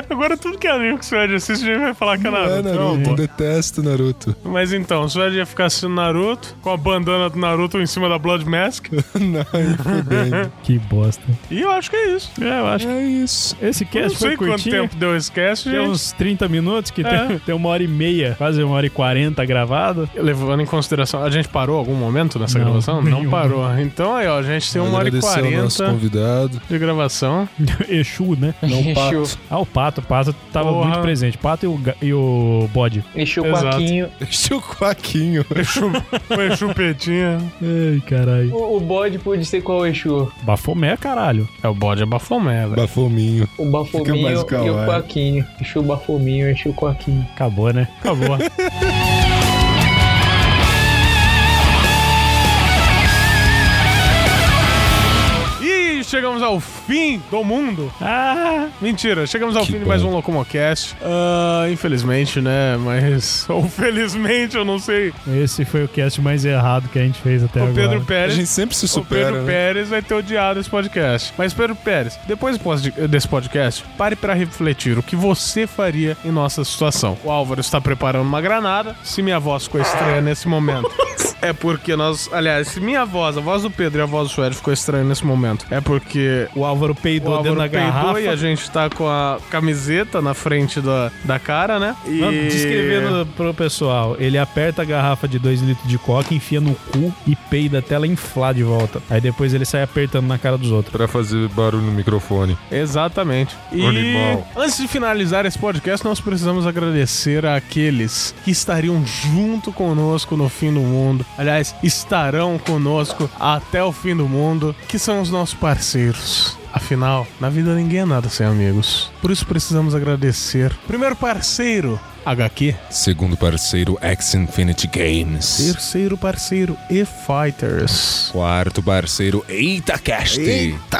Agora tudo que é anime que o Suede assiste, a gente vai falar que é Ah, Não é Naruto. Não, Naruto. Eu detesto Naruto. pô. Mas então, o Suede ia ficar assistindo Naruto, com a bandana do Naruto em cima da Blood Mask. Não, eu fudendo. Que bosta. E eu acho que é isso. É, eu acho É isso. que esse Eu não cast sei foi quanto curtinho. tempo deu esse cast, é Tem gente. uns 30 minutos, que É. tem, tem uma hora e meia, quase uma hora e quarenta gravada. Levando em consideração. A gente parou algum momento nessa Não, gravação? Não nenhum. parou. Então aí, ó, a gente tem uma hora e Agradecer ao nosso quarenta convidado. de gravação. Exu, né? Não, Pato. Ah, o Pato. O Pato tava Porra. muito presente. O Pato e o, ga- e o Bode. Encheu o Exato. paquinho. Deixa o Quaquinho. Exu- o Exupetinha. Ai, caralho. O, o bode pode ser qual Exu? Bafomé, caralho. É o bode é bafomé, velho. Bafominho. O Bafominho mais é. e kawaii. o Coaquinho. Exu Bafominho, Exu Coaquinho. Acabou, né? Acabou. E chegamos ao fim do mundo. ah, Mentira, chegamos ao Que fim de bom. mais um Locomocast. Ah, infelizmente, né? Mas. Ou felizmente, eu não sei. esse foi o cast mais errado que a gente fez até O agora. Pedro A Pérez. gente sempre se O Pedro supera, né? Pérez vai ter odiado esse podcast. Mas, Pedro Pérez, depois pod- desse podcast, pare pra refletir o que você faria em nossa situação. O Álvaro está preparando uma granada. Se minha voz ficou estranha nesse momento, é porque nós. Aliás, se minha voz, a voz do Pedro e a voz do Suede ficou estranha nesse momento, é porque O Álvaro o peidou dentro Álvaro da peidou garrafa. né? e a gente tá com a camiseta na frente da, da cara, né? E... Não, Descrevendo pro pessoal, ele aperta a garrafa de 2 litros de coca, enfia no cu e peida até ela inflar de volta. Aí depois ele sai apertando na cara dos outros. Pra fazer barulho no microfone. Exatamente. E Animal. antes de finalizar esse podcast, nós precisamos agradecer àqueles que estariam junto conosco no fim do mundo. Aliás, estarão conosco até o fim do mundo, que são os nossos parceiros. Afinal, na vida ninguém é nada sem amigos. Por isso precisamos agradecer. Primeiro parceiro, HQ. Segundo parceiro, X Infinity Games. Terceiro parceiro, E-Fighters. Quarto parceiro, Eita Cast.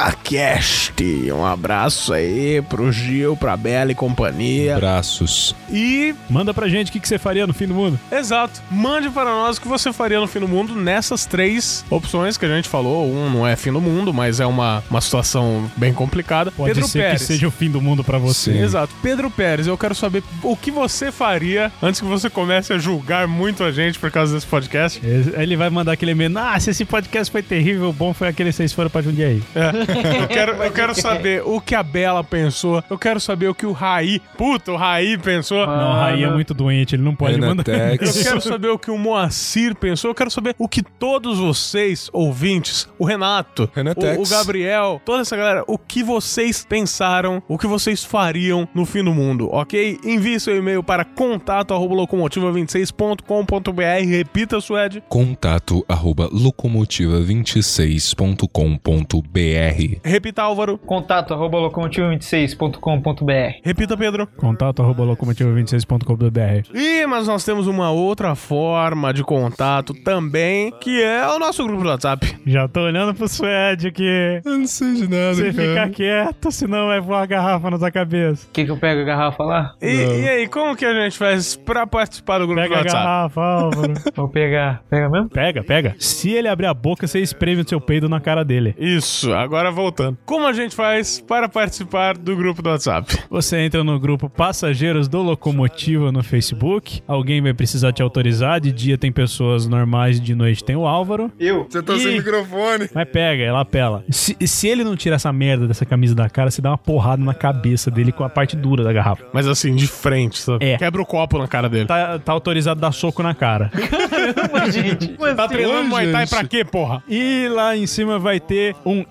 Itacast, um abraço aí pro Gil, pra Bela e companhia. Braços. E Manda pra gente o que, que você faria no fim do mundo. Exato. Mande para nós o que você faria no fim do mundo nessas três opções que a gente falou. Um não é fim do mundo, mas é uma, uma situação bem complicada. Pode Pedro ser Pérez. que seja o fim do mundo pra você. Sim. Exato. Pedro Pérez, eu quero saber o que você faria antes que você comece a julgar muito a gente por causa desse podcast. Aí Ele vai mandar aquele e-mail. Ah, se esse podcast foi terrível, bom foi aquele que vocês foram pra Jundiaí. Eu quero, eu quero saber o que a Bela pensou. Eu quero saber o que o Raí, puta, o Raí pensou. Não, o Raí é muito doente, ele não pode mandar. Eu Enatex. quero saber o que o Moacir pensou. Eu quero saber o que todos vocês, ouvintes, o Renato, Renatex. o, o Gabriel, toda essa galera, o que vocês pensaram, o que vocês fariam no fim do mundo, ok? Envie seu e-mail para contato.locomotiva26.com.br. Repita, Suede. Contato arroba locomotiva26.com.br Repita, Álvaro. Contato arroba locomotivo26.com.br. Repita, Pedro. Contato arroba locomotiva26.com.br. E mas nós temos uma outra forma de contato também, que é o nosso grupo do WhatsApp. Já tô olhando pro Suede aqui. Eu não sei de nada, Você fica quieto, senão vai voar a garrafa na sua cabeça. O que, que eu pego a garrafa lá? E, e aí, como que a gente faz pra participar do grupo do Pega a WhatsApp? garrafa, Álvaro. Vou pegar. Pega mesmo? pega, pega. Se ele abrir a boca, você espreme o seu peido na cara dele. Isso, agora voltando. Como a gente faz para participar do grupo do WhatsApp? Você entra no grupo Passageiros do Locomotiva no Facebook. Alguém vai precisar te autorizar. De dia tem pessoas normais, de noite tem o Álvaro. Você tá sem microfone. Mas pega, ela apela. Se, se ele não tirar essa merda dessa camisa da cara, você dá uma porrada na cabeça dele com a parte dura da garrafa. Mas assim, de frente, sabe? É. Quebra o copo na cara dele. Tá, tá autorizado dar soco na cara. Tá treinando Muay Thai gente. pra quê, porra? E lá em cima vai ter um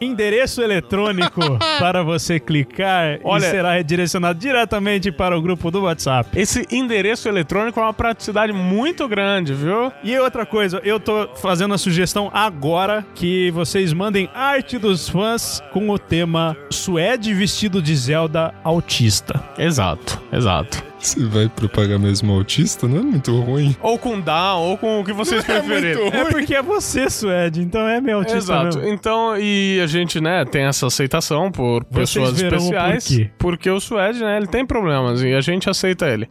endereço eletrônico para você clicar Olha- e será redirecionado diretamente para o grupo do WhatsApp. Esse endereço eletrônico é uma praticidade muito grande, viu? E outra coisa, eu tô fazendo a sugestão agora que vocês mandem arte dos fãs com o tema Suede vestido de Zelda autista. Exato, exato. Você vai propagar mesmo autista? Não é muito ruim. Ou com down, ou com o que vocês preferirem. É porque é você, Suede, então é meu autista Exato. mesmo. Então, e a gente, né, tem essa aceitação por Vocês pessoas verão o especiais. porquê. Porque o Suede, né, ele tem problemas e a gente aceita ele.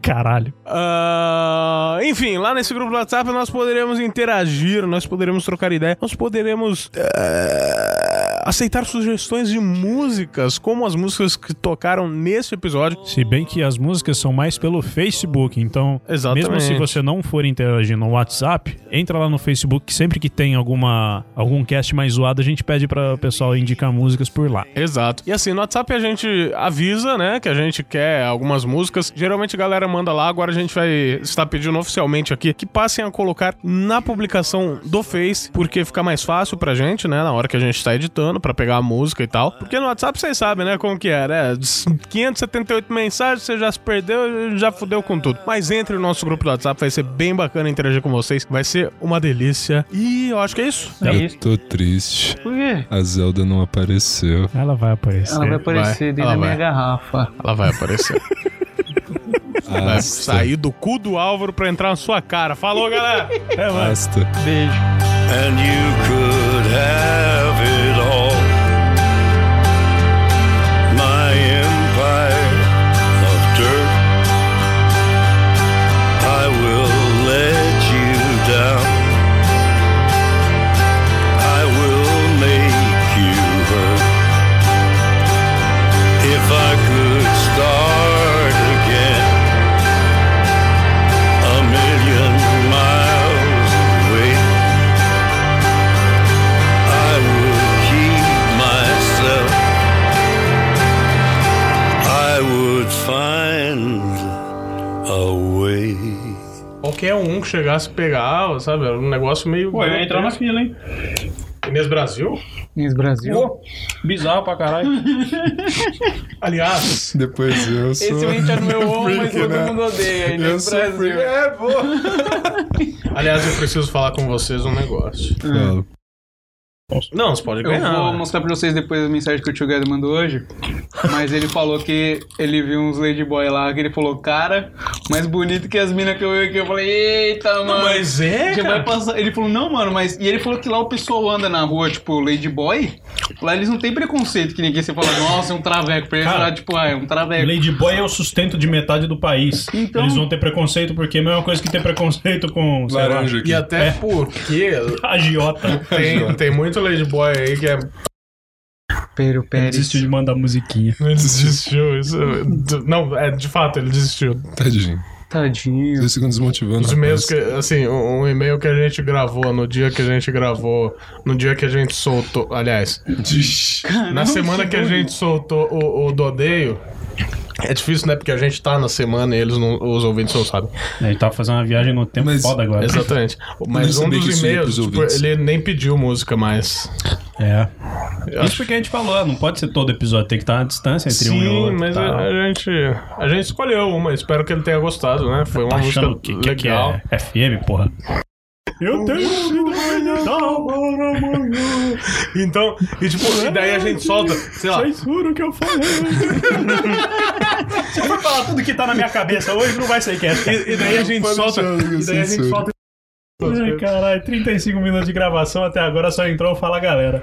Caralho. Ah, enfim, lá nesse grupo do WhatsApp nós poderemos interagir, nós poderemos trocar ideia, nós poderemos ah, aceitar sugestões de músicas, como as músicas que tocaram nesse episódio. Se bem que as músicas são mais pelo Facebook, então, Exatamente. mesmo se você não for interagir no WhatsApp, entra lá no Facebook, que sempre que tem alguma algum cast mais zoado, a gente pede para o pessoal indicar músicas por lá. Exato. E assim, no WhatsApp a gente avisa, né, que a gente quer algumas músicas. Geralmente a galera manda lá, agora a gente vai estar pedindo oficialmente aqui que passem a colocar na publicação do Face, porque fica mais fácil pra gente, né, na hora que a gente tá editando, pra pegar a música e tal. Porque no WhatsApp vocês sabem, né, como que é, né? 578 mensagens, você já se perdeu, já fudeu com tudo. Mas entre o nosso grupo do WhatsApp, vai ser bem bacana interagir com vocês, vai ser uma delícia. E eu acho que é isso. É Eu isso. tô triste. Por quê? A Zelda não apareceu. Ela vai aparecer. Ela vai aparecer dentro ela da minha vai. garrafa. Ela vai aparecer. Vai Asta, sair do cu do Álvaro pra entrar na sua cara. Falou, galera! É, asta. Beijo. And you could have it all. My empire of dirt. I will let you down. I will make you hurt. If I could start again, a million miles away. I would keep myself. I would find a way. Qualquer um que chegasse pegar, sabe? Era um negócio meio. Pô, eu ia entrar na fila, hein? Inês Brasil? Miss Brasil. Bizarro pra caralho. Aliás, Depois eu sou. Esse ouvinte era o meu ovo, mas Porque, né? todo mundo odeia. Eu Inês sou Brasil. free- É, boa. aliás, eu preciso falar com vocês um negócio. Fala. Não, você pode Eu ganhar. Ah. vou né? mostrar pra vocês depois a mensagem que o Tio Guedes mandou hoje. Mas ele falou que ele viu uns ladyboy lá, que ele falou, cara, mais bonito que as minas que eu vi aqui. Eu falei, eita, mano. Mas é, Já vai cara. passar. Ele falou, não, mano, mas. E ele falou que lá o pessoal anda na rua, tipo, Ladyboy. Lá eles não tem preconceito que ninguém você fala, nossa, é um traveco. Pra eles Cara, lá, tipo, ah, é um traveco. Ladyboy é o sustento de metade do país. Então- Eles vão ter preconceito porque é a mesma coisa que ter preconceito com, sei lá, Laranja aqui. E até É. porque agiota. tem, tem muito Ladyboy aí que é. Pero, Pérez. Desistiu de mandar musiquinha. Ele desistiu. Isso... Não, é, de fato, ele desistiu. Tadinho. Tadinho. Dois segundos desmotivando. Os e-mails que, assim, um um e-mail que a gente gravou no dia que a gente gravou, no dia que a gente soltou, aliás, na semana que a gente soltou o, o Dodeio, é difícil, né? Porque a gente tá na semana e eles não, os ouvintes não sabem. Ele tava fazendo uma viagem no tempo Mas- um foda agora. Exatamente. nem Mas um sabia que dos isso ia e-mails, pros tipo, ouvintes. ele nem pediu música mais. É. Eu Isso acho- porque a gente falou, ah, não pode ser todo episódio, tem que estar uma distância entre um e Sim, outro. mas é, tá? a, a gente a gente escolheu uma, espero que ele tenha gostado, né? Foi uma Tá música achando o que, que, que legal. é FM, porra? Eu tenho um ouvido da hora, mano. Então, e tipo, e daí a gente solta, sei lá, Censura o que eu falei. Se eu for falar tudo que tá na minha cabeça hoje, não vai é. sair cast. E, e daí a gente solta. E daí a gente solta. Ai, caralho, 35 minutos de gravação até agora só entrou o Fala Galera.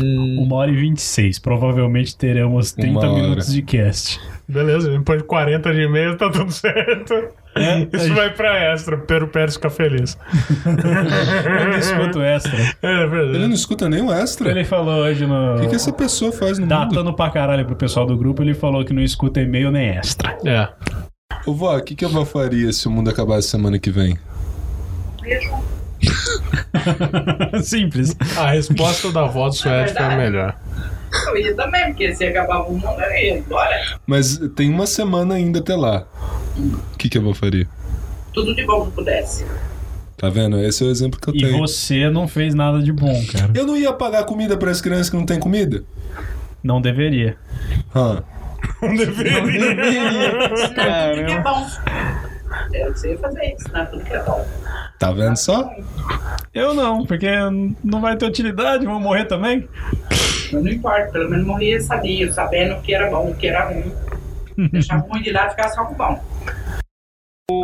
Uma hora e 26. Provavelmente teremos 30 Uma hora. minutos de cast. Beleza, depois de 40 de e-mail tá tudo certo. É, Isso vai pra extra, Pero Pérez fica feliz. Eu não escuto extra. É Ele verdade. não escuta nem o extra. Ele falou hoje no. O que, que essa pessoa faz no mundo? Datando pra caralho pro pessoal do grupo, ele falou que não escuta e-mail nem extra. É. Ô, vó, o que, que a vó faria se o mundo acabasse semana que vem? Simples. A resposta da voz do Suede foi a melhor. Eu ia também, porque se acabava o mundo, eu ia embora. Mas tem uma semana ainda até lá. O que, que a vó faria? Tudo de bom que pudesse. Tá vendo? Esse é o exemplo que eu E tenho. você não fez nada de bom, cara. Eu não ia pagar comida para as crianças que não têm comida? Não deveria. Hã. Tudo que é bom. Eu sei fazer isso, né? Tudo que é bom. Tá vendo só? Eu não, porque não vai ter utilidade, vou Tá, morrer também. Mas não importa, pelo menos morria sabia, sabendo o que era bom, o que era ruim. Deixar o ruim de lado e ficar só com o bom.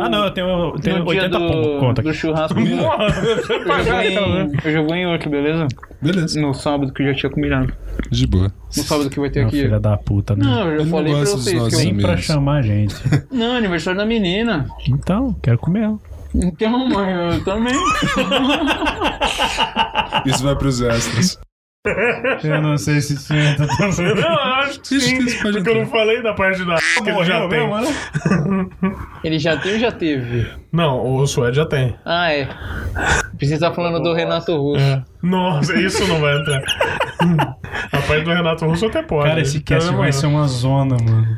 Ah, não, eu tenho, eu tenho No dia 80 do, pontos. Conta do aqui. churrasco. eu já então, vou né? em- eu já vou em outro, beleza? Beleza. No sábado que eu já tinha combinado. De boa. No sábado que vai ter Não, aqui. filha da puta, né? Não, eu já não falei pra gosto dos vocês que nossos eu. Nem pra Amigos. chamar a gente. Não, aniversário da menina. Então, quero comer ela. Então, mãe, eu também. Isso vai pros extras. Eu não sei se isso entra Não, eu acho que sim. porque eu não falei da parte da que ele Tá já tem. Ele já tem ou já teve? Não, o Suede já tem. Ah, é. Precisa estar falando do Renato Russo. É. Nossa, isso não vai entrar. A parte do Renato Russo até pode. Cara, esse cast Então, vai ser uma zona, mano.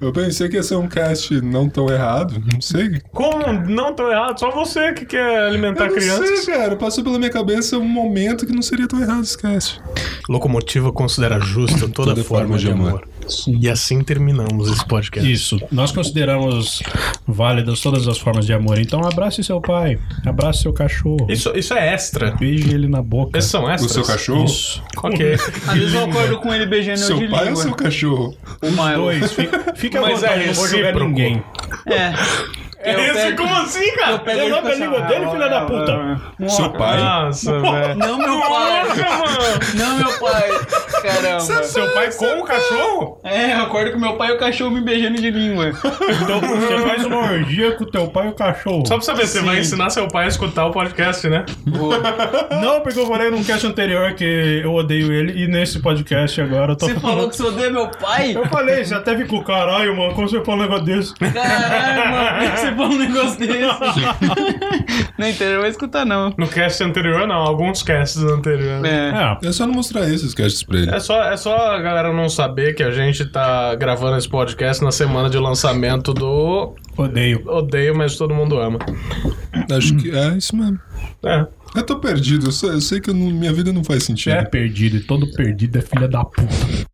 Eu pensei que ia ser um cast não tão errado. Não sei. Como não tô errado? Só você que quer Tá alimentar eu não crianças. sei, cara. Passou pela minha cabeça um momento que não seria tão errado esse cast. Locomotiva considera justa toda, forma, de amor. E assim terminamos esse podcast. Isso. Nós consideramos válidas todas as formas de amor. Então abrace seu pai, abrace seu cachorro, Isso, isso é extra. beije ele na boca. Esses são extras. O seu cachorro? Isso. Ok. Às vezes eu acordo com ele beijando eu de Seu pai ou língua. seu cachorro? O Milo. Dois. Fica, fica à Mas é vontade, não vou jogar recíproco. ninguém. É. Eu Esse, pego- como assim, cara? eu pego ele Levanta pra a língua chamar. dele, filha da ah, puta. Seu pai? Nossa, velho. Não, meu pai. mano. Não, meu pai. é Caramba. Seu pai com o cachorro? É, eu acordo com meu pai e o cachorro me beijando de língua. Então você faz uma orgia com teu pai e o cachorro. Só pra saber, você vai ensinar seu pai a escutar o podcast, né? Não, porque eu falei num cast anterior que eu odeio ele e nesse podcast agora eu tô Você falou que você odeia meu pai? Eu falei, você até ficou, caralho, mano, como você fala um negócio desse? Caralho, mano, por que você falou um negócio desse? não entendeu, eu vou escutar, não. No cast anterior, não. Alguns casts anteriores. É. É, É só não mostrar esses casts pra ele. É só, é só a galera não saber que a gente tá gravando esse podcast na semana de lançamento do odeio. Odeio, mas todo mundo ama. Acho que é isso mesmo. É. Eu tô perdido. Eu, só- eu sei que eu não- minha vida não faz sentido. É perdido, e todo perdido é filha da puta.